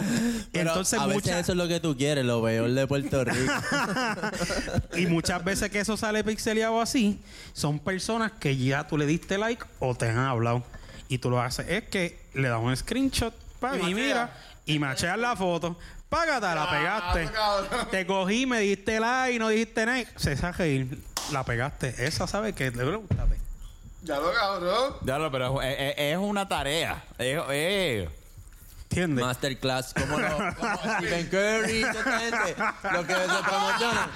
Pero Entonces a veces muchas- eso es lo que tú quieres, lo peor de Puerto Rico. y muchas veces que eso sale pixeleado así, son personas que ya tú le diste like o te han hablado. Y tú lo haces es que le das un screenshot pa, y, Y machea. Ah, mira, y macheas la foto. Págate, la pegaste. cabrón. te cogí, me diste like, no dijiste nada. Se saca ir. La pegaste. Esa sabe que le gustaste. Ya lo cabrón. Ya lo, pero es, es- es una tarea. Es, es- ¿Entiendes? Masterclass, como no, como Stephen Curry, toda esta gente, lo que se promociona.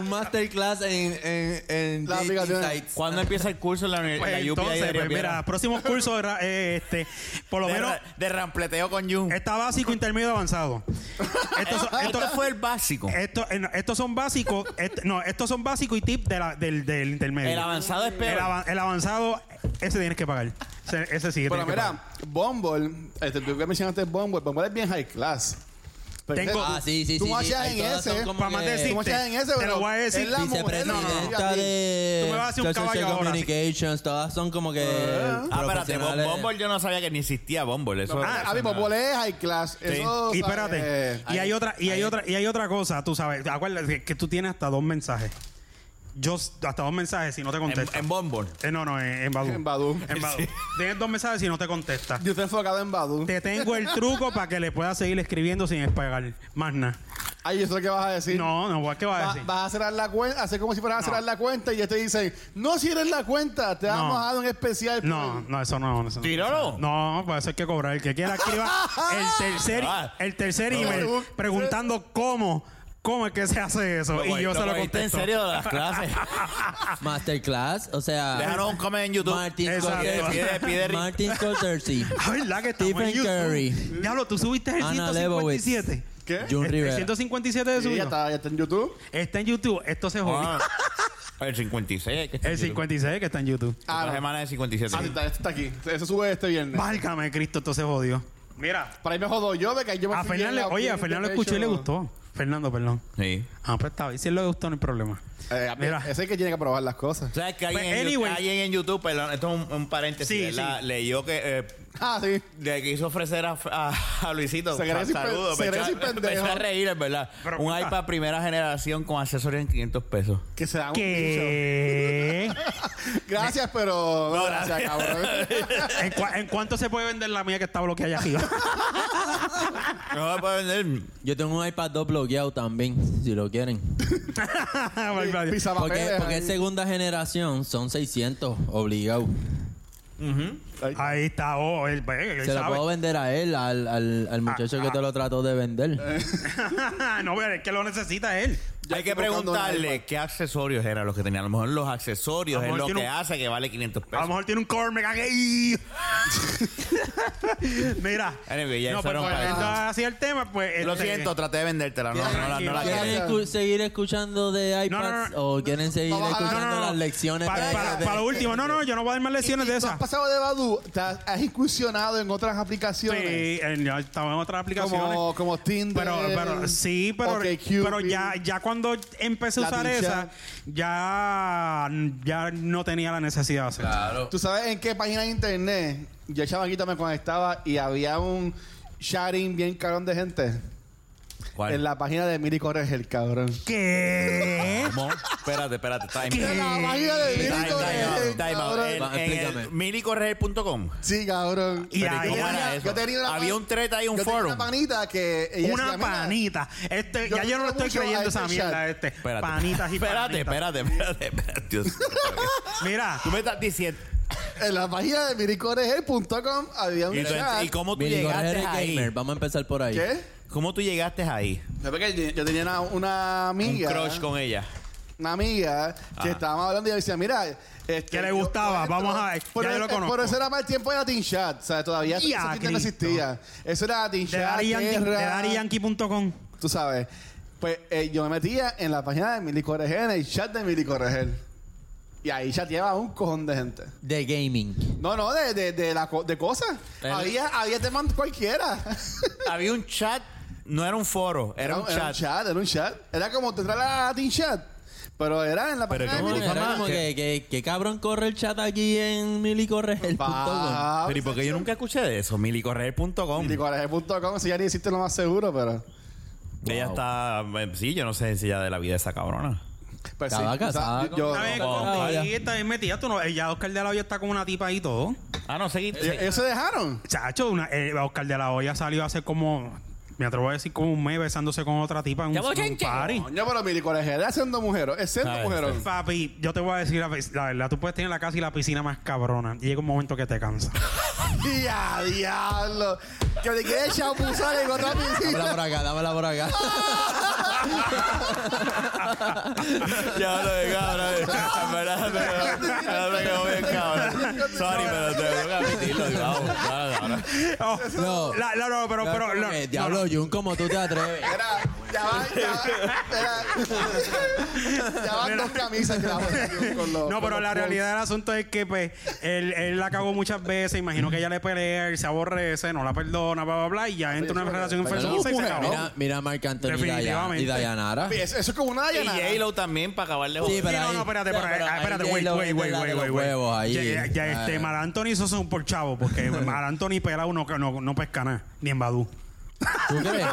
Un masterclass en, en, en La dating aplicación. sites. ¿Cuándo empieza el curso en la, uni- en Pues la UPI entonces, de Río pues Piedras? mira, próximos cursos, ra- eh, este, por lo de, menos, ra- de rampleteo con Jun. está básico, intermedio, avanzado. Esto, Esto, fue el básico. Esto- eh, no, estos son básicos. est- no, estos son básicos y tips de la- del, del intermedio. El avanzado es peor. El, ava- el avanzado, ese tienes que pagar. Ese, ese sí. que Pero tienes que mira, pagar. Bumble, este, tú que mencionaste Bumble, Bumble es bien high class. Pero Tengo- es que Ah, sí, sí, tú sí. no sí. hacías Ahí en todas son ese. como Para más que Tú decir- no hacías eh, en ese, Te pero lo voy a decir. es la mujer, no, no, no. Vicepresidenta de Tú me vas a hacer un de caballo Social ahora, sí. Communications, todas son como que ah, espérate, Bo- profesionales. Bumble yo no sabía que ni existía Bumble. Eso, Ah, eso a mí, no- Bumble es high class. Eso, Y ¿sabes? espérate. Y hay ahí- otra, y hay ahí- otra, y hay otra cosa, tú sabes. Acuérdate que, que tú tienes hasta dos mensajes. Yo s- hasta dos mensajes si no te En, contestas. en Bumble. Eh, no, no, en, en Badoo. En Badoo. En Badoo. Tienes dos mensajes si no te contestas. Yo estoy enfocado en Badu. Te tengo el truco para que le puedas seguir escribiendo sin pagar. Más nada. Ay, ¿eso es lo que vas a decir? No, no, ¿qué va a Va- decir? vas a cerrar la cuenta, hacer como si fueras a cerrar la cuenta y ya te dicen, no cierres la cuenta, te No. vamos a dar un especial. No, no, eso no. Eso no. Tíralo. No, para eso hay que cobrar. El que quiera escriba el tercer, Ah. el tercer email No. preguntando cómo, cómo es que se hace eso. Lo y yo cogiste- se lo cogiste contesto. en serio de las clases. Masterclass, o sea, Déjanos un comment en YouTube. Martin Exacto. Scorsese. Pide- pide- pide- Martin Scorsese, Ah, ¿verdad que estamos Stephen en YouTube? Curry. Diablo, tú subiste el Ana 157. ¿Qué? Jun El, el Rivera. 157 de Sí, subido. ya, está. está, ya está en YouTube. en YouTube. Esto se jodió. Ah, el 56. que está el en YouTube. 56 que está en YouTube. Otra Ah, no. semana de Ah, sí, 57. está, este está aquí. Eso sube este viernes. Válgame, Cristo, esto se jodió. Mira. Para ahí me jodo yo de que yo me A fui Fernando, bien- oye, a bien Fernando derecho. escuchó y le gustó. Fernando, perdón. Sí. Ah, pues está bien. Si él le gustó, no hay problema. Eh, a mí- Mira. Ese es el que tiene que probar las cosas. ¿Sabes que alguien, Pues, en, YouTube- anyway. alguien en YouTube, perdón, esto es un, un paréntesis, Sí, ¿verdad? Leyó que eh, Ah, sí. le quiso ofrecer a, a- a Luisito. Se cree un sin saludo. pen- se me cree echó- sin pendejo. me echó a reír, es verdad. Pero, un ah. iPad primera generación con accesorios en 500 pesos. Que se da un ¿Qué? bicho. Gracias, pero no, gracias, cabrón. ¿En, cua- en cuánto se puede vender la mía que está bloqueada allá arriba? No pues, eh, me puede vender. Yo tengo un iPad 2 bloqueado también, si lo quieren. Ay, madre. Pisa Porque, papeles porque ahí. es segunda generación, son 600 obligado. Ahí. Ahí está, oh, él, eh, él Se lo sabe. Ah, puedo vender a él, al, al, al muchacho que te lo trató de Eh, vender. no, pero es que lo necesita él. Yo Hay estoy que buscando un preguntarle iPad. qué accesorios eran los que tenía. A lo mejor los accesorios A lo es mejor lo que tiene un- hace que vale 500 A lo pesos. mejor tiene un core, me cagué. Y- Mira. Anyway, ya no, eso pero era un volviendo paréntesis. hacia el tema, pues. Lo este, siento, traté de vendértela. No, no, la- no la Tranquilo. quiero. ¿Quieren escu- seguir escuchando de eh, No, no, iPads no. o quieren seguir Vamos a- no, escuchando No, no, las no. lecciones? Pa- de- para, de- para lo último, no, no, yo no voy a dar más lecciones de ¿Tú has esas. pasado de Badu? ¿Te has, has incursionado en otras aplicaciones? Sí, eh, ya estaba en otras aplicaciones. Como, como Tinder. Pero, pero sí, pero, OkCupid. pero ya, ya cuando empecé a usar Latin esa, ya, ya no tenía la necesidad de hacerlo. ¿Tú sabes en qué página de internet? Yo chamaquito me conectaba y había un sharing bien cabrón de gente. ¿Cuál? En la página de Miri Corregel, cabrón. ¿Qué? ¿Cómo? Espérate, espérate. Time, ¿Qué? En la página de time, Miri time out, Corregel, time out. cabrón. En- en el Explícame. milicorrer.com. Sí, cabrón. Y Pero, ¿y ahí cómo había- era eso? yo tenía una Había pan- un treta y un yo tenía forum. una panita que... ella una decía, "Mira, panita. Este, ya yo yo no quiero le estoy mucho a creyendo esa este mierda chat. este. Espérate. Panitas y Espérate, panitas. espérate, espérate, espérate. Dios mío. Mira, Tú me estás diciendo. En la página de miricorregel.com había un ¿Y, tú- chat. y cómo tú Billy llegaste Gorgel ahí? Gamer, vamos a empezar por ahí. ¿Qué? ¿Cómo tú llegaste ahí? ¿Sabes que yo tenía una, una Un amiga? crush con ella. una amiga que Ajá. estábamos hablando y ella decía, mira, este, Que le yo- gustaba, por vamos a ver, Por, ya yo lo eh, conozco. por eso era para el tiempo de la Teen Chat, o sea, Ya, todavía esa tienda no Cristo. existía. Eso era Teen De Chat, Daddy Yankee- de Terra, DaddyYankee.com. tú sabes. Pues eh, yo me metía en la página de Mili Corregel, en el chat de Mili Corregel. Y ahí chateaba un cojón de gente. De gaming. No, no, de, de, de, la co- de cosas. El- Había, había temas cualquiera. Había un chat, no era un foro, era, un, Era chat. un chat, era un chat. Era como te trae la Teen Chat. Pero era en la Pero página de ¿cómo Mili era? Era como que, que, que cabrón corre el chat aquí en milicorregel.com. Pa- Pero ¿y por qué yo nunca escuché de eso? Milicorrer.com. Milicoraje.com, si ya ni existe lo más seguro, pero. Ella está. eh, Sí, yo no sé si ella de la vida de esa cabrona. Pues Estaba sí, o sea, casada yo- con- yo- Está bien, no, con- no, ya. ahí está bien metida. Tú no, ya Oscar de la Hoya está con una tipa ahí y todo. Ah, no, seguí. ellos- ellos se dejaron. Chacho, una, eh, Oscar de la Hoya salió hace como, me atrevo a decir, como un mes besándose con otra tipa en un, ¡Qué en un bochinche! party. Coño, pero Milicoraje era siendo mujer, es siendo Ah, mujer. Papi, yo te voy a decir la, ve- la verdad. Tú puedes tener la casa y la piscina más cabrona. Llega un momento que te cansa. Y a diablo. Que te quede chapuzar en otra Dámela piscina. por acá, dámela por acá. Ya lo de cabrón. En verdad, pero- en verdad que voy en cabrón. Sorry, pero tengo que admitirlo. digo, ah, bueno, cabrón. Oh, No. la- la- no, pero, pero, Como no, que, no, Diablo, Jun, como tú te atreves. Era, ya va, ya va. era- ya van dos camisas que la voy a poner con los- No, con pero los la quotes. realidad del asunto es que pues, él, él la cagó muchas veces. Imagino que ella le pelea, él se aborrece, no la perdona, bla, bla, bla. Y ya entra en una eso- relación pero- enfermiza y se Mujer, acabó. Mira, mira a Marc Anthony y Daya- Definitivamente. y Dayanara. Sí, Eso, eso es como una Y Dayanara. J-Lo también para acabarle pero joder. no, ahí- no, espérate, sí, pero, pero ah, eh, ahí espérate, J-Lo güey, güey, es la güey, de güey, los güey. huevos ahí. Ya, ya, ya, Ah. este, Mar Anthony hizo un por chavo, porque Mar Anthony pelado no, no, no pesca nada, ni en Badú. ¿Tú crees?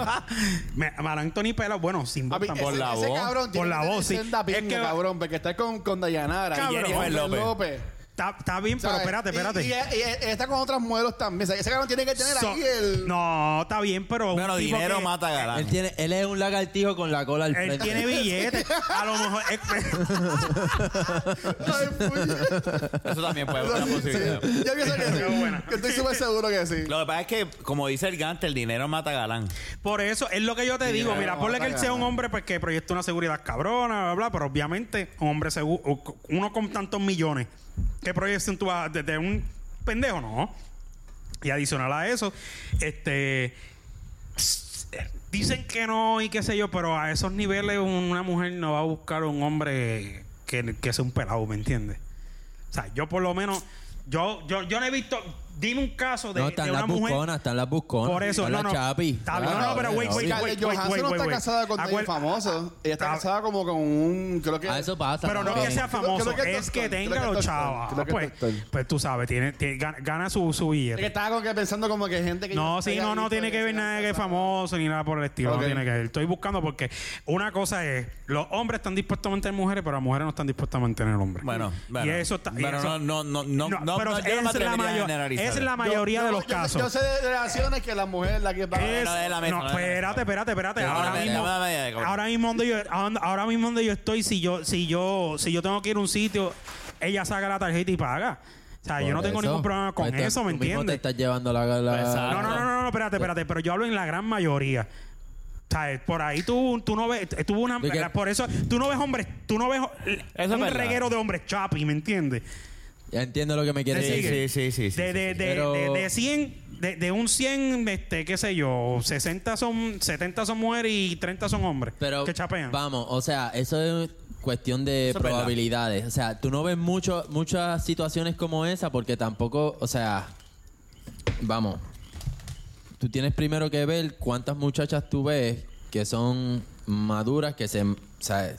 Me- Mar Anthony pelado, bueno, sin Papi, voz ese, tampoco. por la ese voz. cabrón tiene Por la que tener voz, sí. senda Es pinga, que- cabrón, porque está con, con Dayanara Cabrón. y Jennifer Jennifer López. López. Está, está bien, pero eh, ¿Sabes? espérate, Y- espérate. Y, y- y está con otras modelos también. O sea, ese cabrón tiene que tener So- ahí el. No, está bien, pero. un Bueno, tipo dinero que- mata él, galán. tiene, él es un lagartijo con la cola al frente. Él tiene billetes. A lo mejor. eh, Ay, puñeta. Eso también puede ser una posibilidad. Sí. Yo pienso que sí. Qué buena. Yo estoy súper seguro que sí. Lo que pasa es que, como dice el Gante, el dinero mata galán. Por eso es lo que yo te digo. no, Mira, ponle que él está sea un cabrón. hombre pues, que proyecta una seguridad cabrona, bla, bla, pero obviamente, un hombre seguro, uno con tantos millones, ¿qué proyección tú vas a desde un pendejo? No. Y adicional a eso, este. s- Dicen que no y qué sé yo, pero a esos niveles una mujer no va a buscar un hombre que, que sea un pelado, ¿me entiendes? O sea, yo por lo menos, yo, yo, yo no he visto, dime un caso de, no, están de las una mujer. busconas, están las busconas. Por eso, están no, las no. chapi. Está bien, Claro, Ah, no, no, pero wait, obvio. wait, wait. Scarlett Johansson wait, no está wait. casada con nadie Acuer- famoso. Ella está Ah. casada como con un. Creo que. Ah, eso pasa. Pero no también. que sea Creo- famoso, creo que es es que doctor, creo tenga que es los doctor, chavos. creo que es Pues, doctor. pues tú sabes, tiene, tiene- gana, gana su, su que billete. estaba como que pensando como que gente pues, que. No, yo sí, haya no, no visto tiene que ver se nada haya que es famoso ni nada por el estilo. Ok. No tiene que ver. Estoy buscando porque una cosa es, los hombres están dispuestos a mantener mujeres, pero las mujeres no están dispuestas a mantener hombres. Bueno, bueno. Y eso está. y Pero eso- no, no, no, no, no, pero no, yo no me es, la atrevería a mayor- generalizar. es la Yo- mayoría yo- de los yo- casos. Yo sé de relaciones que la mujer la que Es- no, de la mesa, Pues, no, no, de la espérate, mesa. espérate, espérate. Pero Ahora no, de la mismo, mesa, de la mesa. ahora mismo donde yo, ahora- ahora mismo donde yo estoy, si yo, si yo, si yo tengo que ir a un sitio, ella saca la tarjeta y paga. O sea, yo no Por tengo eso. ningún problema con Pues te- eso, ¿me tú mismo Pues- te entiendes? estás llevando la... la- Exacto. No, no, no, no, no, espérate, espérate, pero yo hablo en la gran mayoría. O sea, eh, por ahí tú, tú no ves, tú una, ¿De qué? la- por eso tú no ves hombres, tú no ves eh, Eso es un verdad. reguero de hombres chapi, ¿me entiendes? Ya entiendo lo que me quieres Te decir. sigue. Sí, sí, sí. sí, de, sí, de, sí. de, Pero- de, de 100, de, de un 100, este, qué sé yo, 60 son, 70 son mujeres y 30 son hombres Pero que chapean. vamos, o sea, eso es cuestión de Eso es verdad. probabilidades. O sea, tú no ves mucho, muchas situaciones como esa porque tampoco, o sea, vamos. Tú tienes primero que ver cuántas muchachas tú ves que son maduras, que se, o sea,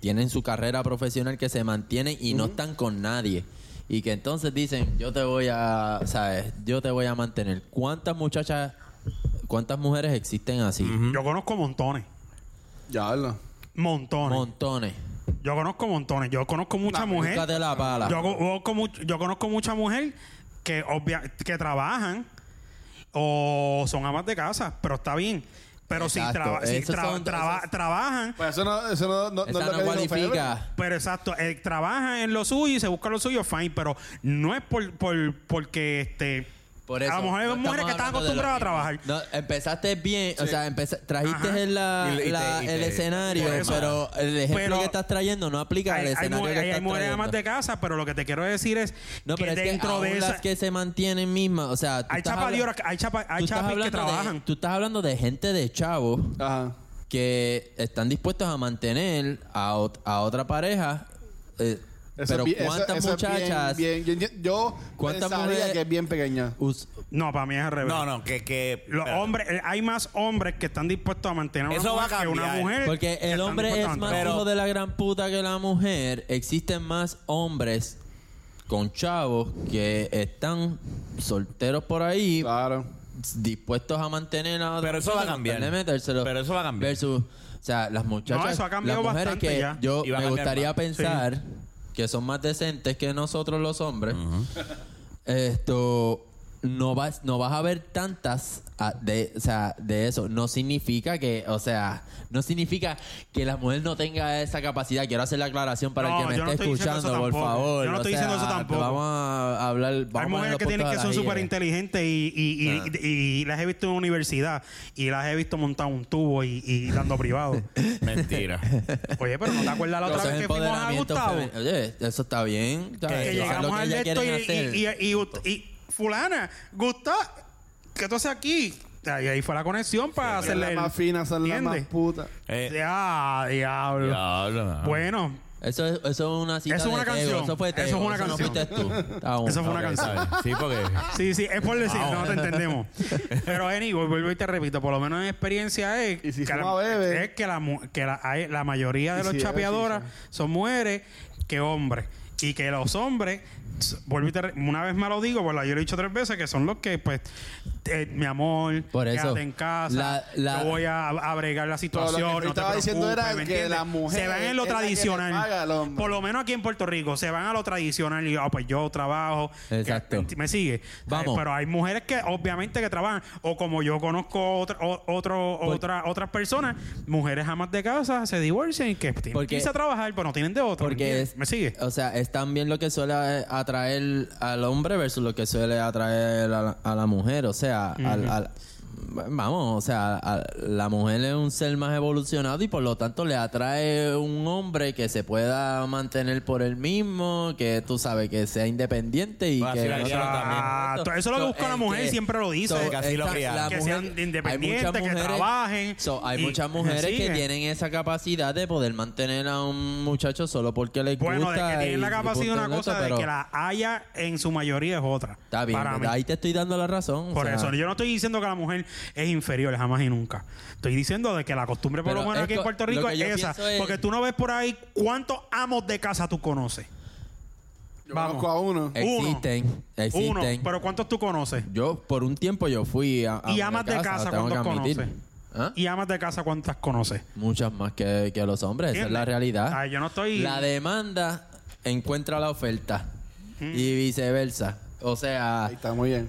tienen su carrera profesional, que se mantienen y no están con nadie. Y que entonces dicen, yo te voy a, ¿sabes? Yo te voy a mantener. ¿Cuántas muchachas, cuántas mujeres existen así? Yo conozco montones. Ya hablo. Montones. Montones. yo conozco montones. Yo conozco mucha mujer. Búscate la pala. Yo, co- conozco much- yo conozco mucha mujer que, obvia- que trabajan o son amas de casa, pero está bien. Pero si Exacto. traba- si Esos tra- son- traba- esos- trabajan, Pues eso no, eso no, no, no es Esa lo no, que dijo Febre. cualifica. Pero exacto, eh, trabaja en lo suyo y se busca lo suyo, fine, pero no es por, por- porque este Por eso, A lo mejor hay no mujeres estamos que están hablando de lo acostumbradas a mismo. No, empezaste bien, o sea, empeza- trajiste Ajá. la- Y- y te- la- y te- el escenario, Por eso. pero el ejemplo Pero- que estás trayendo no aplica al Hay, hay, escenario mujeres- que hay- hay estás mujeres trayendo. amas de casa, pero lo que te quiero decir es no, pero que es que dentro aún de esa... las que se mantienen mismas, o sea, tú hay estás chapas de habla- horas- hay chapas hay tú estás chapas que hablando de- trabajan. Tú estás hablando de gente de chavos Ajá. que están dispuestos a mantener a, ot- a otra pareja. eh, Eso pero es bien- eso- ¿cuántas eso es bien- muchachas? bien- yo- yo- yo ¿Cuántas pensaría mujeres- que es bien pequeña. us- No, para mí es al revés. No, no, que. que Los espérate. hombres, eh, hay más hombres que están dispuestos a mantener a una Eso va a mujer que una cambiar. mujer. Porque que el están hombre dispuestos a es más mantener- hijo de la gran puta que la mujer. Existen más hombres con chavos que están solteros por ahí, Claro. dispuestos a mantener a otra Pero eso va a persona, cambiar. de metérselo. Pero eso va a cambiar. Versus, o sea, las muchachas, No, eso ha cambiado las mujeres bastante que ya. yo Y va a me cambiar gustaría más. pensar que son más decentes que nosotros los hombres. Esto no vas no vas a ver tantas ah, de, o sea, de eso no significa que o sea no significa que la mujer no tenga esa capacidad quiero hacer la aclaración para el No, que me yo no esté estoy diciendo escuchando eso por tampoco. favor Yo no o estoy sea, diciendo eso tampoco. vamos a hablar vamos Hay a poner mujeres los que tienen puntos que a son las E. súper IES. inteligentes y, y, y, y- y las he visto en la universidad y las he visto montar un tubo y, y dando privado. Mentira. Oye, pero ¿no te acuerdas la otra Eso es vez que fuimos a empoderamiento Gustavo? femen- Oye, eso está bien. Que, ¿sabes? Eso es Eh, llegamos lo que al ellas de esto quieren y, hacer. y, y- y- y- fulana, Gustavo, ¿qué tú haces aquí? Y ahí fue la conexión para Son hacerle las el- más finas, son las más ¿Entiendes? putas. Eh, Ya, diablo. diablo, no. Bueno, Eso es, eso es una cita Eso es de una Tego, canción. Eso fue Eso Tego. es una no canción. fuiste tú. Está bueno. Eso fue una Ok. Ok, canción. está bien. Sí, porque. sí, sí, es por decir, Wow. no te entendemos. Pero anyway, vuelvo y te repito, por lo menos en experiencia es Y si que, suma bebe. es que, la, mu- que la, hay- la mayoría de Y los si bebe, chapeadoras sí, son mujeres que hombres. Y que los hombres, s- vuelvo y te re- una vez más lo digo, bueno, yo lo he dicho tres veces, que son los que, pues, eh, mi amor, Por eso, quédate en casa, la- la- yo voy a, a bregar la lo que situación. no te estaba diciendo preocupes, ¿me era que entiendes? la mujer Se van es en lo la que le tradicional. paga al hombre. Por lo menos aquí en Puerto Rico, se van a lo tradicional y, ah, pues yo trabajo. que- Exacto. me sigue. Vamos. Eh, Pero hay mujeres que obviamente que trabajan, o como yo conozco otra, o- otro, otra, otras personas, mujeres amas de casa se divorcian y que tienen Porque- que irse a trabajar, pero no tienen de otro. Porque ¿entiendes? es, me sigue. O sea, es también lo que suele eh, atraer al hombre versus lo que suele atraer a la, a la mujer. O sea, al- al- vamos, o sea, a- la mujer es un ser más evolucionado y por lo tanto le atrae un hombre que se pueda mantener por él mismo, que tú sabes, que sea independiente y Bueno, que... así la criaron también. Ah, to- eso es lo que busca la el mujer, siempre lo dice. Que así lo criaron. la Que sean hay independientes, muchas que trabajen, so, hay y- muchas me mujeres que sigue. tienen esa capacidad de poder mantener a un muchacho solo porque le Bueno, de gusta. que tienen y- la y capacidad punto una en esto, cosa, de pero que la haya en su mayoría es otra. Está bien, para mí. ahí te estoy dando la razón. o Por sea, eso, yo no estoy diciendo que la mujer es inferior jamás y nunca. Estoy diciendo de que la costumbre, por Pero lo menos es aquí en co- Puerto lo Rico, que es yo esa. pienso es- Porque tú no ves por ahí cuántos amos de casa tú conoces. Yo Vamos. conozco a uno. uno. Existen, Uno, existen. pero ¿cuántos tú conoces? Yo, por un tiempo, yo fui a. a y una amas de casa, tengo que ¿cuántos admitir. conoces? ¿Ah? Y amas de casa, ¿cuántas conoces? Muchas más que, que los hombres, esa es la ¿Entiendes? realidad. Ah, yo no estoy- La demanda encuentra la oferta Mm. y viceversa. O sea, Ahí está, muy bien.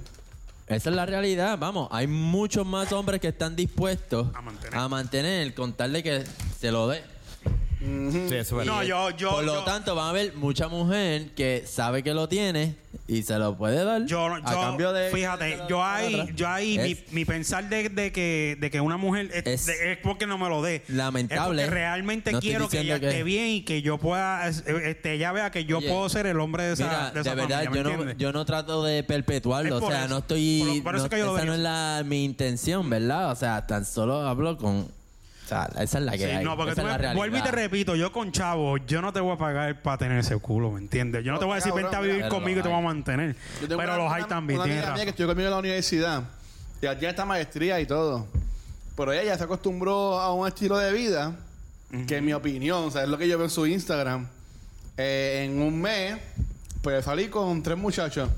Esa es la realidad, vamos. Hay muchos más hombres que están dispuestos A a mantener. mantener, con tal de que se lo dé. Sí, eso es No, verdad. yo, yo, Pues, Por lo yo- tanto, van a haber mucha mujer que sabe que lo tiene y se lo puede dar. Yo, no- a yo- cambio de. fíjate, de la- yo la ahí, otra. yo ahí, mi- Es- mi, pensar de, de que, de que una mujer es, Es de- es porque no me lo dé. lamentable. Es porque realmente No estoy quiero que ella diciendo que- esté bien y que yo pueda, es- eh, este, ella vea que yo Oye, puedo ser el hombre de esa, Mira, de esa de verdad, familia, ¿me yo, no, entiendes? yo no trato de perpetuarlo. Es o por sea, eso. no estoy. Por lo- por eso no- que yo lo esa vería no es así. la, mi intención, ¿verdad? O sea, tan solo hablo con. O sea, esa es la que Sí, hay. no, porque esa tú es la me- realidad. vuelvo y te repito, yo con chavo, yo no te voy a pagar para tener ese culo, ¿me entiendes? Yo no, No, te voy a decir, cabrón, vente a mira, vivir pero conmigo y los te hay. voy a mantener. Yo Pero tengo una- los hay una- también, una tienes amiga mía razón. que estudió conmigo en la universidad. Y ya tiene esta maestría y todo. Pero ella ya se acostumbró a un estilo de vida que, en mi opinión, o sea, es lo que yo veo en su Instagram. eh, en un mes, pues salí con tres muchachos.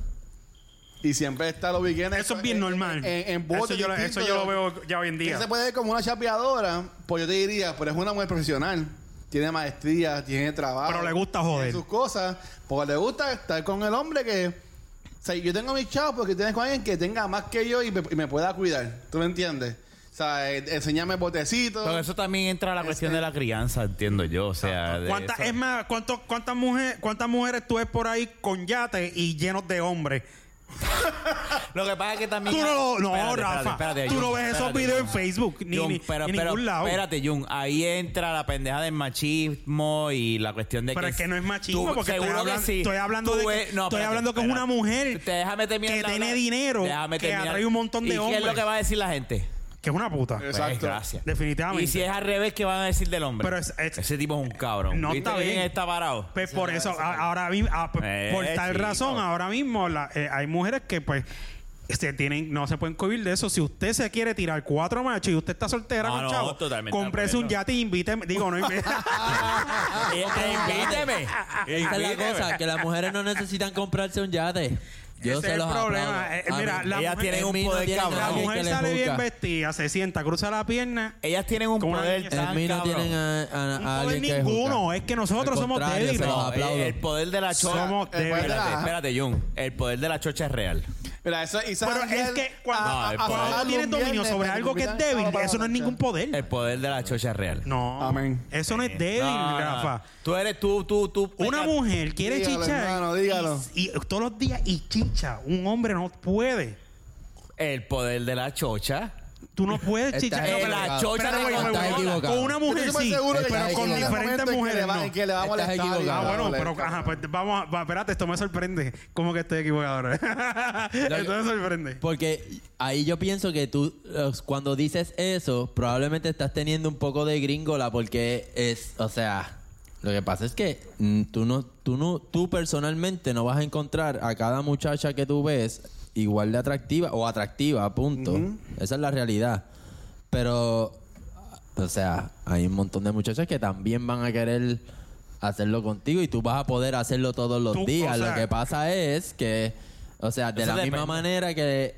Y siempre está los weekends. Eso es en- bien en- normal. En, eh, en botes eso, yo, lo- eso distintos. yo lo veo ya hoy en Que día. se puede ver como una chapeadora, pues yo te diría, pero es una mujer profesional. Tiene maestría, tiene trabajo. Pero le gusta joder. Tiene sus cosas. Porque le gusta estar con el hombre que... O sea, yo tengo mis chavos porque tienes con alguien que tenga más que yo y me, y me pueda cuidar. ¿Tú me entiendes? O sea, eh, enseñarme botecitos. Pero eso también entra a la cuestión de la crianza, entiendo yo. O sea, Ah, de ¿Cuántas, eso- es más, ¿cuánto- cuántas, mujeres, ¿cuántas mujeres tú ves por ahí con yate y llenos de hombres? Lo que pasa es que también. Tú no lo- no, Espérate, espérate, Rafa, espérate, tú Jun, no ves esos espérate, videos Jun. en Facebook, ni- Jun, ni- pero, ni pero, ningún lado. Espérate, Jun. Ahí entra la pendeja del machismo y la cuestión de que. Pero es que no es machismo, porque estoy seguro que hablan- sí. estoy hablando Tú de que- ves- no, estoy espérate, hablando que es espérate. una mujer Te- déjame terminar que de hablar. tiene dinero, Déjame que terminar. atrae un montón de ¿Y ¿Qué es lo hombres? que va a decir la gente? que es una puta. Es- Pues, Exacto. gracias. Definitivamente. Y si es al revés, ¿qué van a decir del hombre? Pero es- es- Ese tipo es un cabrón. No ¿Viste está que bien. está parado. Pues por eso, a- ahora mismo, ah, pues, Eh, por tal chico. razón, ahora mismo la- eh, hay mujeres que pues se tienen, no se pueden cohibir de eso. Si usted se quiere tirar cuatro machos y usted está soltera No, con no, chavo, totalmente cómprese de acuerdo. un yate y invíteme. Digo, no invíteme. Eh, invíteme. Esa es la Invíteme. cosa, que las mujeres no necesitan comprarse un yate. Yo Ese se es el los problema. aplaudo. Eh, mira, Amén. la Ellas mujer- tienen un en mí no poder tiene la nada cabrón. que- mujer le sale bien juzga. vestida, se sienta, cruza la pierna. Ellas tienen un Como una poder niña. tan En mí no cabrón. tienen a, a- a Ah, Un poder alguien que ninguno, juzga. es que Al nosotros somos contrario, débiles. se los No, aplaudo. el, el poder de la chocha. Somos el débiles. poder de la- Espérate, espérate, Jun. El poder de la chocha es real. Mira, eso Isaac Pero es Angel- que cuando, Ah, el cuando poder. tú sacarle tienes un dominio viernes sobre que te algo que es invitan a débil, la eso no es noche. ningún poder. El poder de la chocha es real. No. Amén. Eso no es débil, No, no, Rafa. no. Tú eres tú, tú, tú. Una pecas- mujer quiere Dígalo, chichar hermano, dígalo. Y, y todos los días y chicha. Un hombre no puede. El poder de la chocha. Tú no puedes Está chichar. bien. No, Eh, pero- la chocha espérate, te porque- Estás porque- equivocado. Con una mujer Yo estoy sí. seguro que pero yo- con en diferentes momento en que mujeres, le va- no. en que le va a Estás molestar y le equivocado. va Ah, a bueno, doler, pero cabrón. ajá, pues vamos a, va, espérate, esto me sorprende. ¿Cómo que estoy equivocado ahora? esto me sorprende. Porque ahí yo pienso que tú, eh, cuando dices eso, probablemente estás teniendo un poco de gringola porque es, o sea, lo que pasa es que mm, tú no, tú no, tú personalmente no vas a encontrar a cada muchacha que tú ves igual de atractiva o atractiva, punto. Esa es la realidad. Pero, o sea, hay un montón de muchachas que también van a querer hacerlo contigo y tú vas a poder hacerlo todos los Tú, o días. sea- lo que pasa es que, o sea, de Eso la misma depende. manera que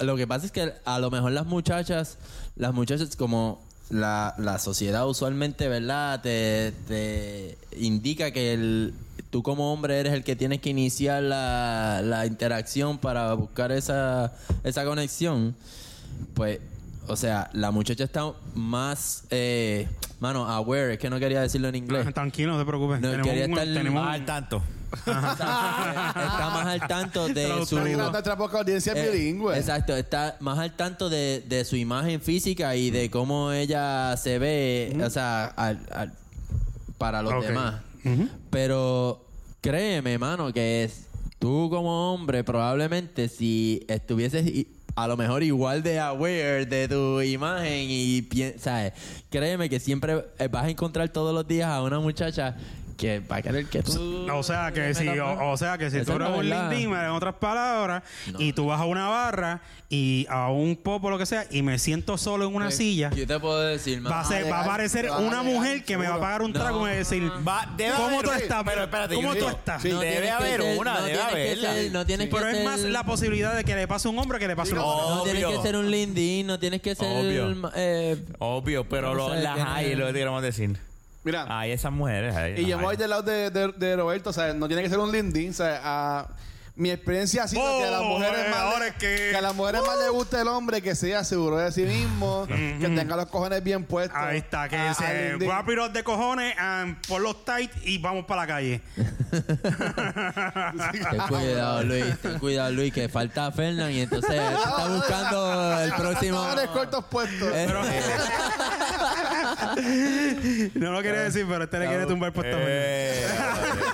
lo que pasa es que a lo mejor las muchachas, las muchachas como la, la sociedad usualmente, ¿verdad? Te, te indica que el, tú como hombre eres el que tienes que iniciar la, la interacción para buscar esa, esa conexión. Pues, o sea, la muchacha está más, eh, mano, aware, es que no quería decirlo en inglés. Ah, Tranquilo, no te preocupes. No, quería estar- tenemos Ah, un- al tanto. está más al tanto de su... Traductor y Mira, nuestra poca audiencia es Eh, bilingüe. Exacto, está más al tanto de, de su imagen física y de cómo ella se ve, o sea, al- al- para los Ok. demás. Pero créeme, mano, que es tú como hombre, probablemente si estuvieses i- a lo mejor igual de aware de tu imagen y pien- ¿sabes? créeme que siempre eh, vas a encontrar todos los días a una muchacha que va a querer que tú... O sea que me si, la- o, o sea que si Esa tú es la eres un verdad. LinkedIn, en otras palabras, y tú vas a una barra y a un pop o lo que sea, y me siento solo en una silla, Yo te puedo decir, mano. va a, ser- va a legal, aparecer te van a una legal, mujer que me va a seguro. pagar un No. trago y me va a decir, Va, debe ¿cómo haber- tú estás? Pero espérate, ¿Cómo yo tú digo, estás? sí. Debe tienes que haber ser- una, no debe tienes que haberla. ser- no tienes que Pero es ser- más la posibilidad de que le pase a un hombre que le pase a una mujer. No tienes Obvio. que ser un LinkedIn, no tienes que ser. Obvio. eh, Obvio, pero No lo- sé las quién hay, es. lo que queremos decir. Mira, Ah, Hay esas mujeres. ahí, y yo las voy hay. del lado de, de- de Roberto, o sea, no tiene que ser un LinkedIn, o sea, a- mi experiencia ha sido que a las Oh, mujeres, eh, más, ahora le, es que- ¡Uh! a las mujeres más le gusta el hombre que sea seguro de sí mismo, que tenga los cojones bien puestos. Ahí está, que A- a se LinkedIn. rápidos de cojones, and por los tight y vamos para la calle. ten cuidado, Luis, ten cuidado, Luis, que falta Fernán y entonces tú estás buscando el próximo. Cojones cortos puestos. Eh, No lo quería decir, pero este le quiere tumbar puesto a Fernan. Eh,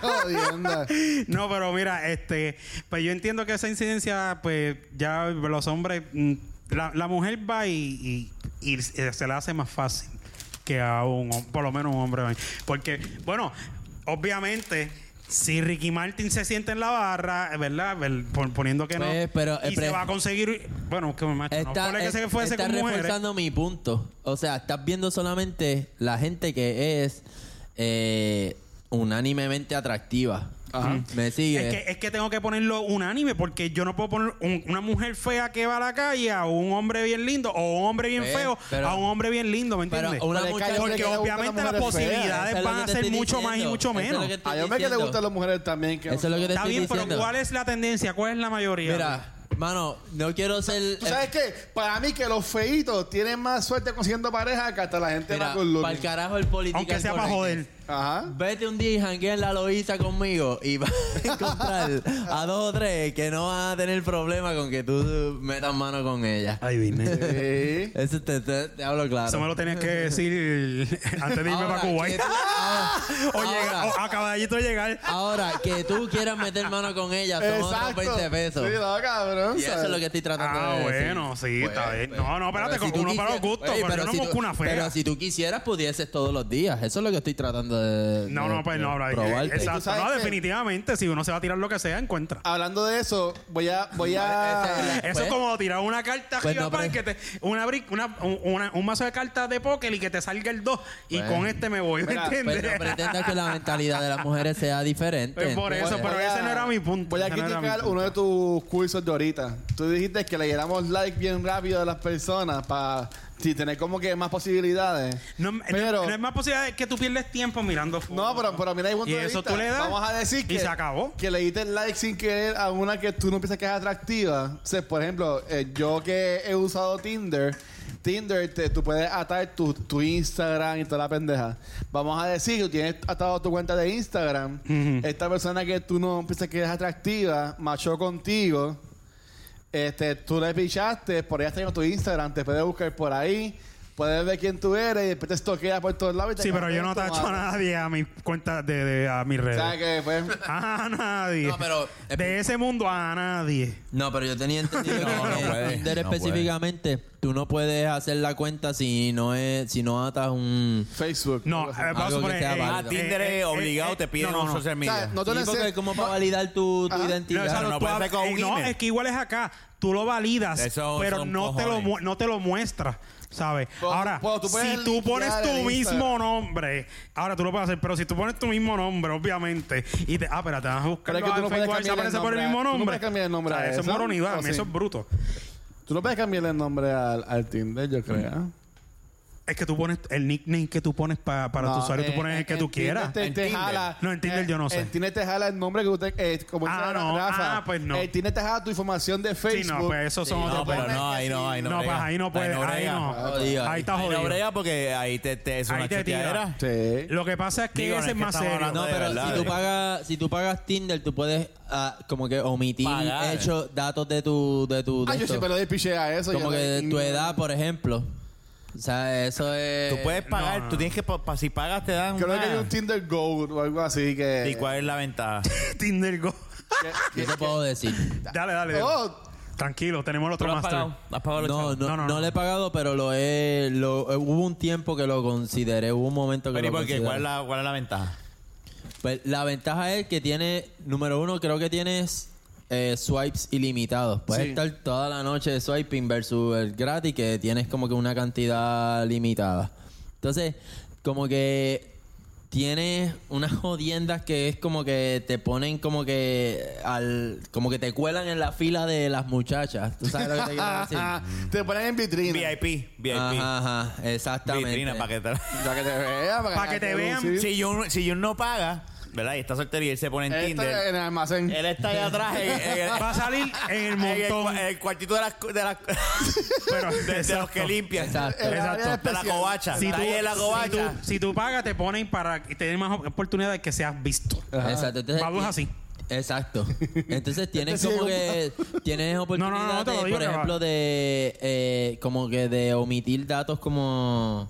Jodienda. No, pero mira, este, pues yo entiendo que esa incidencia, pues ya los hombres, mm, la, la mujer va y, y- y se la hace más fácil que a un hom- por lo menos un hombre. Porque, bueno, obviamente, si Ricky Martin se siente en la barra, eh, ¿verdad? Vel- pon- Poniendo que no. Pues, pero, eh, y se pre- va a conseguir, bueno, que me macho, no Está, ponle que se es- fuese está con mujeres. reforzando mi punto. O sea, estás viendo solamente la gente que es eh, unánimemente atractiva. Mm. Me sigue. Es que, es que tengo que ponerlo unánime porque yo no puedo poner un- una mujer fea que va a la calle a un hombre bien lindo o un hombre bien Pues, feo pero- a un hombre bien lindo, ¿me pero entiendes? una Pero es que muchacha hay hombres porque que le gustan obviamente las las mujeres feas. posibilidades Eso es lo van que a te ser estoy mucho más y diciendo. mucho Eso es lo menos. que te Hay estoy hombres que le diciendo. gustan las mujeres también. Que Eso es lo que te Está estoy bien, pero diciendo. ¿cuál es la tendencia? ¿Cuál es la mayoría? Mira, Mano, no quiero ser. ¿Tú sabes qué? Para mí que los feitos tienen más suerte consiguiendo pareja que hasta la gente más good para el looking. carajo el político. Aunque sea para joder. Ajá. Vete un día y janguea en la Loíza conmigo y vas a encontrar a dos o tres que no van a tener problema con que tú metas mano con ella. Ay, vine. Sí. Eso te, te- te hablo claro. Eso me lo tenías que decir antes de irme Ahora, para Kuwait. que- ahora- O, llega- ahora- ¿eh? o a caballito de llegar. Ahora, que tú quieras meter mano con ella, son otros 20 pesos. Sí, no, cabrón. y eso es lo que estoy tratando Ah, de decir. Pues, bueno, sí, está bien. No, no, espérate, Pero con tú uno para los quisieras- gustos, Oye, pero, no si tú- busco una fea. Pero si tú quisieras, pudieses todos los días. Eso es lo que estoy tratando de. no, de- no, pues no, de ahora- probarte. ¿Tú Exacto. sabes Ah, No, qué? definitivamente, si uno se va a tirar lo que sea, encuentra. Hablando de eso, voy a. Voy a... Pues- Eso es como tirar una carta pues arriba no, para pero- que te, una, bri- una, un- una- un mazo de cartas de póker y que te salga el 2 y Pues- con este me voy, ¿me Mira, entiendes? Pues no pretendas que la mentalidad de las mujeres sea diferente. Pues por eso, ¿entiendes? pero voy ese no era mi punto, Voy a ese no era mi criticar punto. uno de tus cursos de ahorita. Tú dijiste que le diéramos like bien rápido a las personas para tener como que más posibilidades. no, no- pero, no es más posibilidad que tú pierdes tiempo mirando No, fotos. pero, pero mira, hay punto Y de eso vista. tú le das, Vamos a decir y que. se acabó. Que le diste el like sin querer a una que tú no piensas que es atractiva. O sea, por ejemplo, eh, yo que he usado Tinder. Tinder, te- tú puedes atar tu, tu Instagram y toda la pendeja. Vamos a decir que tienes atado tu cuenta de Instagram. Esta persona que tú no piensas que es atractiva, machó contigo. Este, tú le pichaste, por ahí has tenido tu Instagram, te puedes buscar por ahí, puedes ver quién tú eres y después te toqueas por todos lados. y te Sí, pero yo no acabas de tacho a tomar. nadie a mi cuenta de, de- a mis redes. O sea que pues, A nadie. No, pero- eh, de ese mundo a nadie. No, pero yo tenía entendido No, que no en puede, Tinder no específicamente tú no puedes hacer la cuenta si no es si no atas un Facebook. No, eh, O sea, vamos Algo a que poner. sea eh, válido. Ah, eh, Tinder eh, es eh, obligado, eh, te piden no, en no. social media. no te Sí, porque neces- ¿Cómo para validar tu, tu Ajá. identidad? No, exacto, no tú puede hab- ser con un no, email. es que igual es acá. Tú lo validas, Eso pero son no te, lo, cojones. mu- no te lo muestras, ¿sabes? Pero- ahora, pero Pues, tú puedes si tú pones linkear tu el mismo Instagram. nombre, ahora tú lo puedes hacer, pero si tú pones tu mismo nombre, obviamente, y te, ah, pero te vas a buscar Pero es que tú no puedes cambiar el aparece por el nombre a- mismo tú no nombre. puedes cambiar el nombre O sea, a eso es eso, moronidad, ¿o sí? eso es bruto. Tú no puedes cambiarle el nombre al, al Tinder, yo creo. ¿eh? Es que tú pones el nickname que tú pones pa- para No, tu usuario, eh, tú pones el que en tú Tinder quieras. Te, En te Tinder. jala. No, en Tinder eh, yo no sé. En Tinder te jala el nombre que usted. eh, como Ah, dice no, Rafa, ah, pues no. En Tinder te jala tu información de Sí, Facebook. no, pues esos son Sí, otros No, pero problemas. no, ahí no, ahí no. No, pues brega. ahí no puede, ahí brega. no. Jodido, Ahí está Ahí no jodido. brega porque ahí te, te es Ahí una te tira. choteadera. Sí. Lo que pasa es que Digo, no ese es es que más estamos serio. hablando No, de pero verdad, si de tú, verdad. pagas, si tú pagas Tinder, tú puedes ah, como que omitir Pagar. hechos, datos de tu... De tu de Ah, yo esto. siempre le doy piche a eso. Como yo que le- tu edad, por ejemplo. O sea, eso es... Tú puedes pagar, no, no. tú tienes que, pa- pa- si pagas te dan Creo Ah. una. que hay un Tinder Gold o algo así que. ¿Y cuál es la ventaja? Tinder Go. Yo te puedo decir. dale, dale. dale. Oh, Tranquilo, tenemos el ¿Tú otro lo has master. pagado? ¿Has pagado el No, examen? no, No, no, no, no. le he pagado, pero lo he... Lo, eh, hubo un tiempo que lo consideré, hubo un momento que Pero ¿y lo por qué? consideré. ¿Cuál es la, cuál es la ventaja? Pues la ventaja es que tiene, número uno, creo que tienes eh, swipes ilimitados. Puedes Sí. estar toda la noche swiping versus el gratis, que tienes como que una cantidad limitada. Entonces, como que tienes unas jodiendas que es como que te ponen como que al como que te cuelan en la fila de las muchachas. ¿Tú sabes lo que te quiero decir? ah, te ponen en vitrina. VIP, VIP. Ajá, ajá, exactamente. Vitrina para que te la- Para que te vean. Pa' que te vean. Sí. Si Jun si Jun no paga, ¿verdad? Y está soltero y él se pone en Él está Tinder. en el almacén. Él está ahí atrás en, en el, Va a salir en el en el montón. cua- en el cuartito de las cu- de, las- pero, de- de los exacto. que limpian. Exacto. El área Exacto. De la especial. covacha. Si está tú, ahí en la si, tú, covacha. si tú pagas, te ponen para tener más oportunidad de que seas visto. Exacto. Entonces, Babu es así. Exacto. Entonces tienes Este como ciego. que tienes oportunidad, No, no, no, no te lo de, digo, por que va. ejemplo, de eh, como que de omitir datos como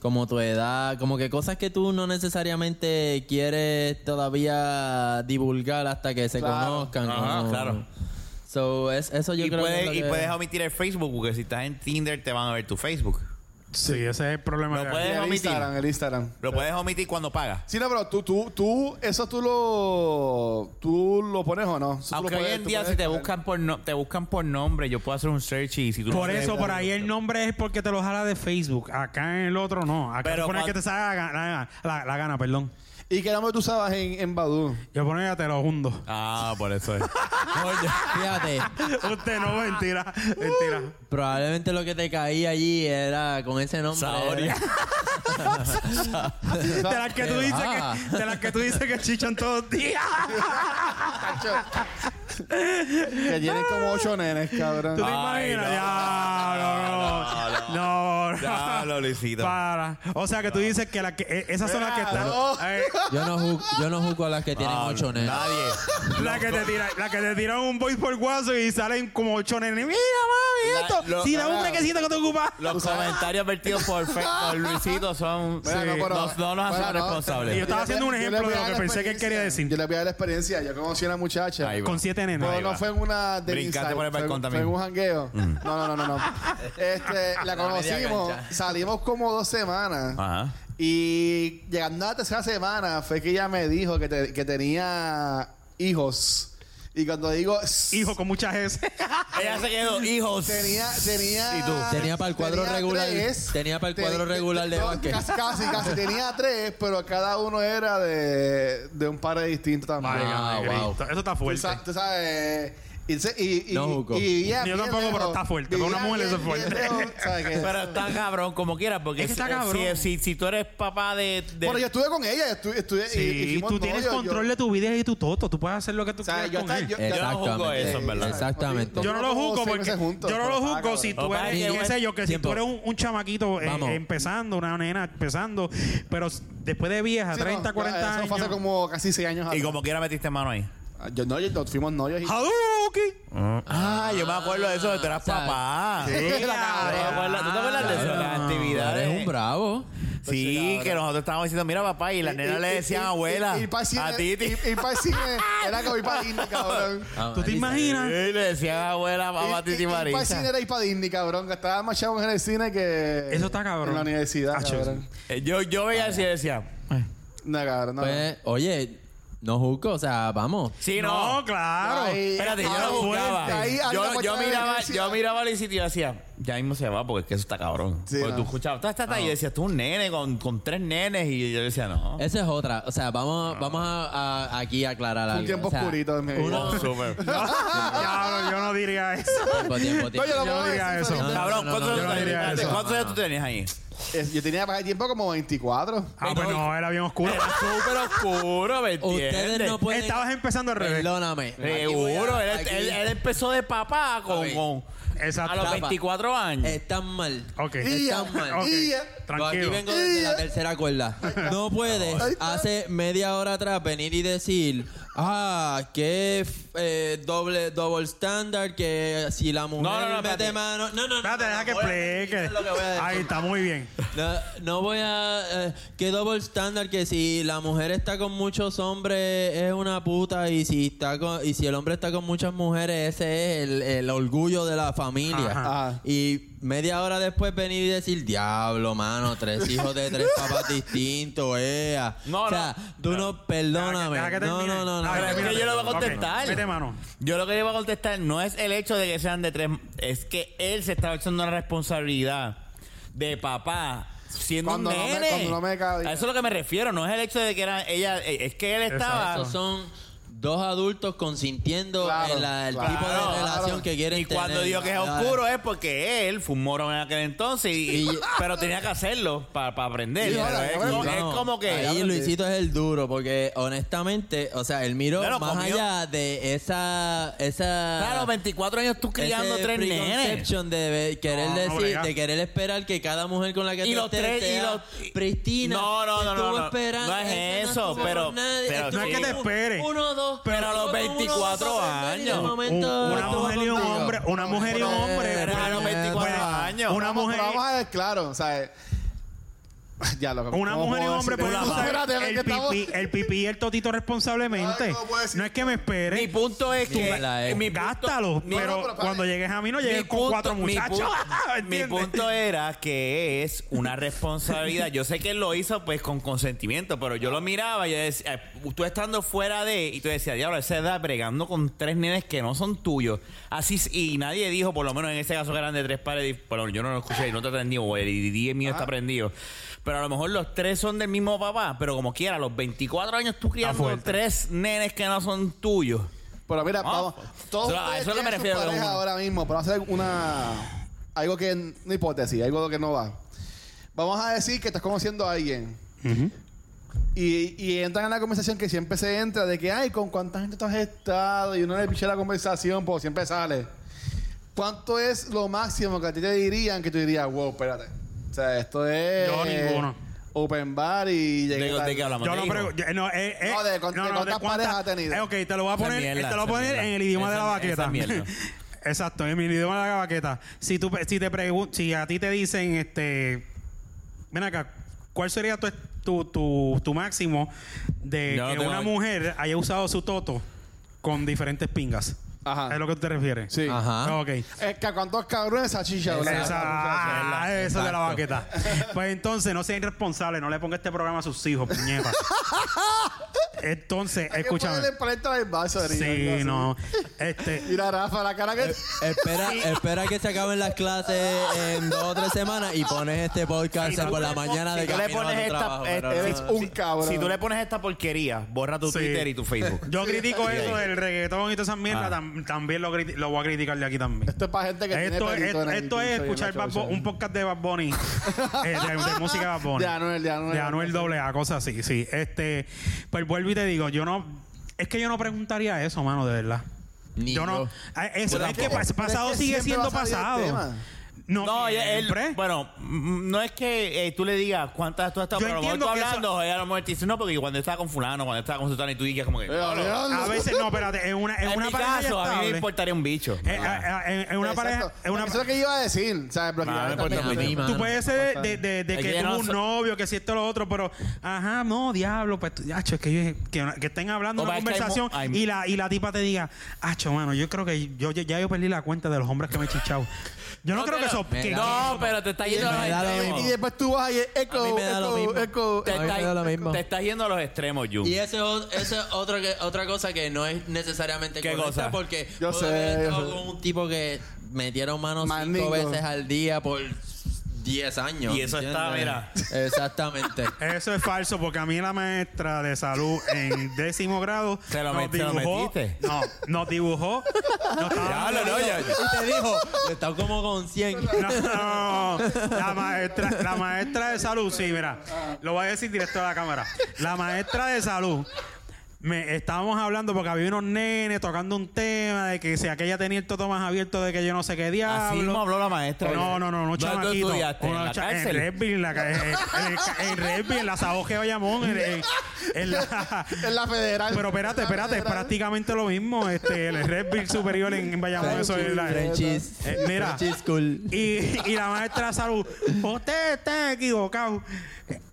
como tu edad, como que cosas que tú no necesariamente quieres todavía divulgar hasta que se Claro. conozcan. Ajá, como- claro. So, es- eso yo Y, creo puedes, que es y lo que- puedes omitir el Facebook, porque si estás en Tinder te van a ver tu Facebook. Sí, ese es el problema. No que- puede- Y el omitir. Instagram, el Instagram. Lo puedes omitir cuando pagas. Sí, no, pero tú, tú, tú, eso tú lo, tú lo pones o no. Eso tú lo Aunque puedes- hoy en tú día puedes si te poner. buscan por no- te buscan por nombre, yo puedo hacer un search y si tú no Por sabes- eso, por ahí el nombre es porque te lo jala de Facebook. Acá en el otro no. Acá Pero tú pones cuan- que te salga la, gana- la- la gana, perdón. ¿Y qué nombre tú usabas en, en Badu? Yo ponía te lo hundo. Ah, por eso es. Oye, fíjate, Usted no, mentira. Mentira. probablemente lo que te caía allí era con ese nombre. Saoria. De las que tú dices Ah. que, de las que tú dices que chichan todos los días. que tienen como ocho nenes, ¿Tú te cabrón. Ah, Ay, imaginas? no, Ya, no, no, no. Ya, lo Luisito. Para. O sea, que tú dices que, la que eh, esas son las que están. No. Eh, Yo no, ju- yo no juzgo a las que tienen Ah, ocho nenes. Nadie. la, que te tira, la que te tiran un voice por guaso y salen como ocho nenes. Mira, mami, esto. La- lo- si da un requisito que te ocupas. Los comentarios vertidos por, Fe- por Luisito son. Mira, no, pero- no, no nos Y hacemos pero no. yo responsables. estaba haciendo un Yo le- yo ejemplo le de voy a lo dar que la pensé que él quería experiencia. decir. Yo le voy a dar la experiencia. Yo conocí a una muchacha. Ahí va. Con siete nenes. Pero Ahí no va. fue en una de Brincate por el fue, balcón fue también. en un jangueo. No, no, no, no, no. Este, la conocimos, cancha. salimos como dos semanas. Ajá. Y llegando a la tercera semana fue que ella me dijo que, te- que tenía hijos. Y cuando digo Hijo con muchas S. Ella se quedó, hijos. tenía, tenía. ¿Y tú? Tenía para el cuadro tenía regular. Tenía para el cuadro Teni- regular de no, básquet. Casi, casi, casi. Tenía tres, pero cada uno era de, de un par distinto también. Vaya. Ay, wow. Cristo, Eso está Tú fuerte. sa- tú sabes. Y, se- y, y, No juzgo. y vivía Yo bien tampoco, pero lejos. está fuerte. Para una Vivía mujer eso es bien- fuerte. bien lejos, ¿sabes qué? Pero está cabrón como quieras, porque Es que está si- cabrón. Si, si, si tú eres papá de. de- Bueno, yo estuve con ella. Estuve, estuve, Sí, y- hicimos tú tienes novios, yo- control de tu vida y tu toto. Tú puedes hacer lo que tú sea, quieras yo con está- él. yo- Yo no juzgo Exactamente. eso, en verdad. Exactamente. Yo no lo Como juzgo seis porque meses juntos, yo no lo pero está juzgo si cabrón. tú Papá, eres, que- qué sé yo, que si tiempo. tú eres un, un chamaquito eh, Vamos. empezando, una nena empezando, pero s- después de vieja, Sí, no, 30, ya, 40 años. Eso fue hace como casi seis años Y atrás. como quiera metiste mano ahí. Ah, Yo, no, yo, no, fuimos novios. Y... Hadouken. Ah, yo me acuerdo de eso, de tú eras O sea, papá. la Ah, ¿Tú te cabrón. acuerdas- ¿Tú te acuerdas de eso? Las actividades. Es un bravo. Sí, Pues, que cabrón. nosotros estábamos diciendo, mira papá, y las nenas Y- le y- decían y- y- abuela. y- ir pa'l cine- A ti, ti. y- Ir para cine era como ir para Disney, cabrón. Ah, ¿Tú te Marisa. imaginas? Sí, le decían abuela, papá, Ir- ir- titi, ir pa'l cine marisa. era ir para Disney, cabrón. Que estaba más chavos en el cine que. Eso está cabrón. En la universidad, Hacho, cabrón. Eh, Yo, yo veía así y decía, eh. ay. No, cabrón. No. Pues, oye, no juzgo, o sea, vamos. sí, no. No, claro. Ay, Espérate, yo no ahí, juzgaba. Ah, ahí, ahí Yo, la yo puerta de miraba, emergencia. yo miraba al sitio y decía, ya mismo se va porque es que eso está cabrón. Sí, porque no. tú escuchabas, ta, ta, ta, y decías, tú un nene con, con tres nenes, y yo decía, no. Esa es otra. O sea, vamos, vamos a, a- aquí a aclarar algo. Un tiempo o sea, oscurito en mi vida. uno- Oh, súper. Claro, yo no diría eso. Tiempo, tiempo, tiempo. No, yo lo yo puedo no diría decir, eso. pero- no, Cabrón, no, ¿cuántos no, no, años no, no, tenías- no, ¿cuántos no, años tú tenías ahí? Es- Yo tenía para el tiempo como 24. Ah, pues no, era bien oscuro. Eh, Era súper oscuro, ¿me entiendes? Ustedes no pueden. Estabas empezando Eh, al revés. Perdóname. Seguro, él, Aquí- él- él empezó de papá con, Ok. Eh. con- a Exacto. los Tapa. 24 años. Están mal. Ok. Y- Están mal. Ok, y- Yo Tranquilo. aquí vengo desde la tercera cuerda. No puedes Ahí está. hace media hora atrás venir y decir, ah, que f- eh, doble double standard, que si la mujer No, no, no, mete espérate. mano, no, no, no, Espérate, no, deja no, que voy a- explique. es lo que voy a decir. Ahí está, muy bien. No, no voy a. eh, que double standard que si la mujer está con muchos hombres es una puta y si está con, y si el hombre está con muchas mujeres ese es el, el orgullo de la familia. Ajá. Ajá. Y media hora después venir y decir diablo mano tres hijos de tres papás distintos ea. No, o sea tú no, perdóname. Deja que- deja que no termine. no no no. Ah, Pero es termina. que yo lo voy a Ok, contestar. Mete mano. Yo lo que le iba a contestar no es el hecho de que sean de tres, es que él se estaba echando una responsabilidad de papá siendo Cuando un no me- nene. cuando no me cabía. a eso es lo que me refiero, no es el hecho de que era ella, eh, es que él estaba Esos son dos adultos consintiendo Claro, en la- el claro, tipo de claro. relación que quieren y cuando tener. digo que es Claro. oscuro es porque él fue un morón en aquel entonces, y- Y- pero tenía que hacerlo para aprender. Sí, Pero ahora, es, ahora, como- No, es como que Ahí Luisito es el duro, porque honestamente, o sea, él miró Claro, más comió. allá de esa. esa Claro, 24 años tú criando ese tres nenes. preconception de be- querer No, no decir, brega. de querer esperar que cada mujer con la que Y tú los estés tres- y sea los- pristina. No, no, Te no, no, estuvo no. esperando, No es ese no eso, estuvo pero- con nadie, pero estuvo No es que te con espere. Uno, dos. Pero a los estuvo con uno, dos, 24 tres, y de años. momento Un- una estuvo mujer y un contigo. hombre. Una mujer y un hombre. Pero a los 24 años. Una Vamos, mujer. pero Vamos a ver, claro, o sea. eh, Ya lo Una mujer y un hombre pueden usar el pipí, el pipí y el totito Ay, responsablemente. no puedo decir- No es que me espere. Mi punto es Tú me la que. dejas. Mi punto- Gástalo. mi- pero no, pero cuando llegues a mí no llegues mi con punto- cuatro mi muchachos. punto- Mi, ¿Entiendes? punto era que es una responsabilidad. Yo sé que él lo hizo pues con consentimiento, pero yo lo miraba y yo decía, eh, tú estando fuera de. Y tú decías, diablo, esa edad bregando con tres nenes que no son tuyos. Así s- Y nadie dijo, por lo menos en ese caso que eran de tres pares. di- Bueno, yo no lo escuché, no te atendí, o el ID mío está prendido. Pero a lo mejor los tres son del mismo papá, pero como quiera, a los 24 años tú criando fuerte. tres nenes que no son tuyos. Pero mira, Ah, vamos. Todos eso- a ustedes eso es lo que me tienen sus refiero, parejas uno. ahora mismo, pero hacer una. Algo que. Una hipótesis, algo que no va. Vamos a decir que estás conociendo a alguien. Y, y entran en la conversación que siempre se entra de que, ay, ¿con cuánta gente tú has estado? Y uno le piché la conversación, pues siempre sale. ¿Cuánto es lo máximo que a ti te dirían que tú dirías, wow, espérate? O sea, esto es. Yo ninguno. Open bar y ¿De, llegué de tarde. qué hablamos? Yo ¿De no hijo? pregunto. No, eh, eh, No, de cuán- de cuántas parejas ha tenido. Eh, ok, te lo voy a Esa poner, mierda, te lo voy a esa poner mierda. en el idioma de la Esa- esa baqueta. mierda. Exacto, en el idioma de la baqueta. Si, tú, si, te pregun- si a ti te dicen, este, ven acá, ¿cuál sería tu, tu, tu, tu máximo de Yo no que tengo- una mujer haya usado su toto con diferentes pingas? Ajá. ¿Es lo que tú te refieres? Sí. Ah. Ajá. Ok. Es que a cuántos cabrones esa chicha, Esa- ah, eso de la Exacto. baqueta. Pues entonces, no sean irresponsables, no le ponga este programa a sus hijos, puñetas. Entonces, escúchame. Le paleta del vaso, Darío, algo Sí, así. no. Eh, Este, Mira, Rafa, la cara que. Espera, espera que se acaben las clases en dos o tres semanas y pones este podcast Si tú por la le pon- mañana de si tú le camino a pones tu esta- trabajo. esta- pero Eres no. un cabrón. Si tú le pones esta porquería, borra tu Sí. Twitter y tu Facebook. yo critico Sí, Ah. eso ahí. del reggaetón y todas esas mierdas, tam- también lo, criti- lo voy a criticar de aquí también. Esto es para gente que Esto, tiene es, pelito en el esto es pincho y en escuchar la Bad Bo- chocha. un podcast de Bad Bunny, eh, de, de música de Bad Bunny. De Anuel, de Anuel. De Anuel AA, cosas así, sí. Este, pues vuelvo y te digo, yo no, es que yo no preguntaría eso, mano, de verdad. Ni yo no, yo. Ah, eso es que Pero pas- es que pasado sigue siempre siendo va a salir el pasado. tema. No, eh, No, ella- él, siempre. bueno, mm, no es que eh, tú le digas cuántas tú has estado, Yo pero a lo mejor tú entiendo que hablando, ella a lo mejor te dice, no, porque cuando estaba con fulano, cuando estaba con sultano, y tú dices como que... Pero, Leandro. a veces no, espérate, es una, es en una mi pareja caso, a mí me estable. importaría un bicho. Eh, a- a- en, en una Exacto. pareja, en una pues, Eso es lo que iba a decir. ¿sabes? Nada, Bloquear no importa, también. a mí, mano. Tú puedes ser de, de- de Es que que tuvo no un so- novio, que si esto lo otro, pero ajá, no, diablo, pues tú- acho, es que, yo- que, que estén hablando O una va, es que hay conversación mo- hay- y la y la tipa te diga, acho, mano, yo creo que yo, yo- ya yo perdí la cuenta de los hombres que me he chichado. Yo no, creo que eso me que- da- No, pero te está yendo a los Me da lo extremos. mismo. Y después tú vas ahí, eco, A mí me da lo eco, mismo. eco, A Te mí me está, da lo mismo. te está yendo a los extremos, Jun. Y ese es o- ese es otro que, otra cosa que no es necesariamente ¿Qué correcta cosa? porque Yo puedo sé, haber yo estado sé. con un tipo que metieron manos Mandingo. cinco veces al día por 10 años. Y eso está, mira. Exactamente. Eso es falso porque a mí la maestra de salud en décimo grado Se lo nos met- se lo dibujó, metiste. no, nos dibujó, nos estaba Ya, no, no, ya. Y te dijo, está como con 100. No, no, no. La maestra, la maestra de salud, sí, mira. Lo voy a decir directo a la cámara. La maestra de salud. Me, estábamos hablando porque había unos nenes tocando un tema de que si aquella tenía el toto más abierto de que yo no sé qué diablo. Así mismo habló la maestra. No, no, no, no, ¿Dónde tú chamaquito. estudiaste? Uno ¿En la cha- cárcel? Red Bull, en la ca- en- en- en Red Bull, en la Saboje Bayamón, en, en- en la... Es la federal. Pero espérate, espérate, Es la es federal. prácticamente lo mismo. Este, el Red Bull superior en, en Bayamón, eso es la... Frenchies. Eh, mira. Frenchies cool. Y, y la maestra de salud, usted está equivocado.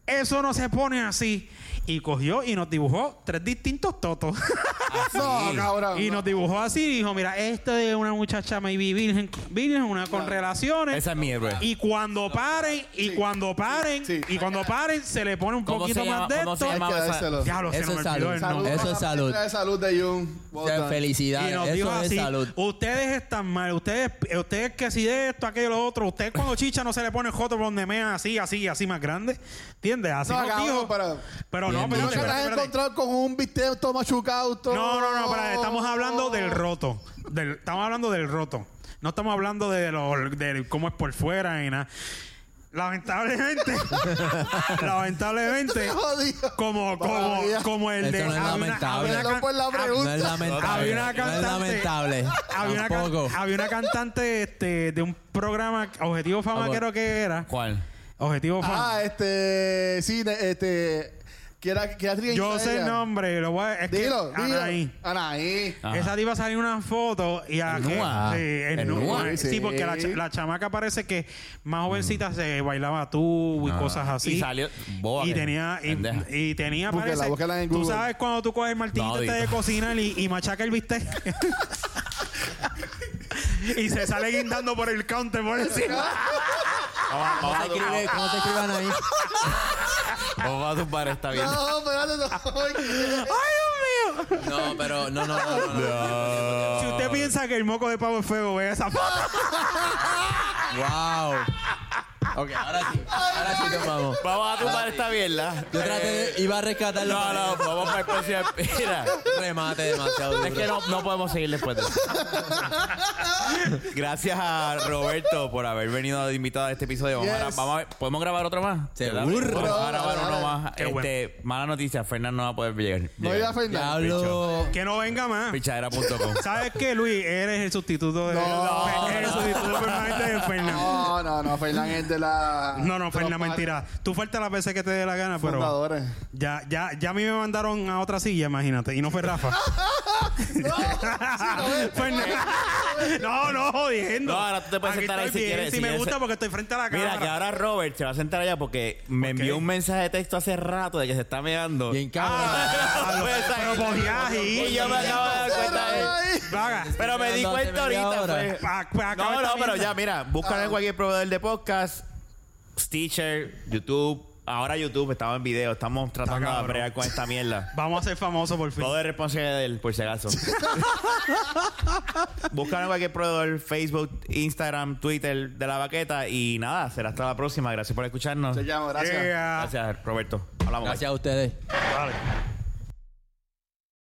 Eso no se pone así. Y cogió y nos dibujó tres distintos totos. No, cabrón. y no. nos dibujó así y dijo, mira, esta es una muchacha maybe virgen, virgen una con relaciones. Esa es mierda. Y cuando paren, y cuando paren, sí. y cuando paren, se le pone un ¿Cómo se poquito llama- más de cómo se esto. Hay llamaba que esa- dárselo. Ya lo sé, Eso no me es olvidó salud. el Salud. nombre. Eso es salud. De salud de Jun. O sea, Y felicidades. nos Eso dijo es así, salud. ustedes están mal, ustedes, ustedes que si de esto, aquello, lo otro, usted cuando chicha no se le pone el joto por donde mea así, así, así más grande, ¿entiendes? Así No, nos cabrón, dijo. pero- Pero no, Bien pero No te has encontrado con un bistec todo machucado. todo- no, no, no, espérate, estamos hablando del roto, del, estamos hablando del roto, no estamos hablando de, lo, de cómo es por fuera y nada. Lamentablemente, lamentablemente, Te jodido. Este, como, como, Maravilla. como el Eso de no es había una- lamentable. había una Perdón por la can- No pregunta. es Había lamentable. una cantante- No es lamentable. Había una, can- Tampoco. había una cantante este, de un programa, Objetivo Fama Ah, bueno. creo que era. ¿Cuál? Objetivo Fama. Ah, este. Sí, de- este. Que era, que era Yo trigueña sé el ella. nombre, lo voy a... Es Dilo, que, dilo. Anaí. Ah, Anaí. Ajá. Esa diva salió una foto y a En que- Nua. Sí, en En Nua. Nua, Sí, sí. porque la, cha- la chamaca parece que más jovencita se bailaba tú y cosas así. Mm. Ah. Y salió- boa, y que- tenía y, pendeja. y tenía Búsquela, parece, búsquela en Tú Google. sabes cuando tú coges el martillito No, este de Dito. cocina y, y machaca el bistec. y se sale guindando por el counter por encima. ¿Cómo te escribe- ¿Cómo te escriban ahí? Vamos a tumbar esta bien. No, espérate, no. No, pero no, no, no, no. no. Si usted piensa que el moco de pavo es feo, ve esa foto. Wow. Ok, ahora sí. Ahora sí nos vamos. Vamos a tumbar esta mierda. Yo traté de... Iba a rescatarlo. No, no, vamos para el próximo. Mira. Remate demasiado duro. Es que no, no podemos seguir después de eso. Gracias a Roberto por haber venido de invitado a este episodio. Vamos a- Yes. vamos a ver, ¿Podemos grabar otro más? Seguro. Vamos a grabar uno más. Qué Este, Mala noticia, Fernán no va a poder llegar. No iba a Fernando. Diablo. Que no venga más. Pichadera.com. ¿Sabes qué, Luis? Eres el sustituto de. No. Eres el sustituto permanente de Fernando. No, no, no. Fernán es de la. No, no, de los Fernando, padres mentira. Tú falta las veces que te dé la gana, pero. fundadores. Ya, ya, ya a mí me mandaron a otra silla, imagínate. Y no fue Rafa. Fernan- no, no, jodiendo. No, ahora tú te puedes Aquí sentar ahí estoy si bien, quieres, si me quieres. gusta porque estoy frente a la cámara. Mira, que ahora Robert se va a sentar allá porque me Ok. envió un mensaje de texto hace rato de que se está meando. Bien cabrón. Ah, Pues, pero ahí- podías ir. Y yo me acabo de dar cuenta de- Ay. Vaga. Pero me di Meando hace cuenta media ahorita. hora. pues. Pa- pa- No, acaba no, esta pero mierda. Ah. ya, mira, búscalo en cualquier proveedor de podcast, Stitcher, YouTube. Ahora YouTube, estamos en video, estamos tratando de cabrón. bregar con esta mierda. Vamos a ser famosos por fin. Todo es responsabilidad de él, por si acaso. Búscalo en cualquier proveedor, Facebook, Instagram, Twitter, de la baqueta. Y nada, será hasta la próxima. Gracias por escucharnos. Eh, Te llamo, gracias. Yeah. Gracias, Roberto. Hablamos. bye. Gracias a ustedes. Vale.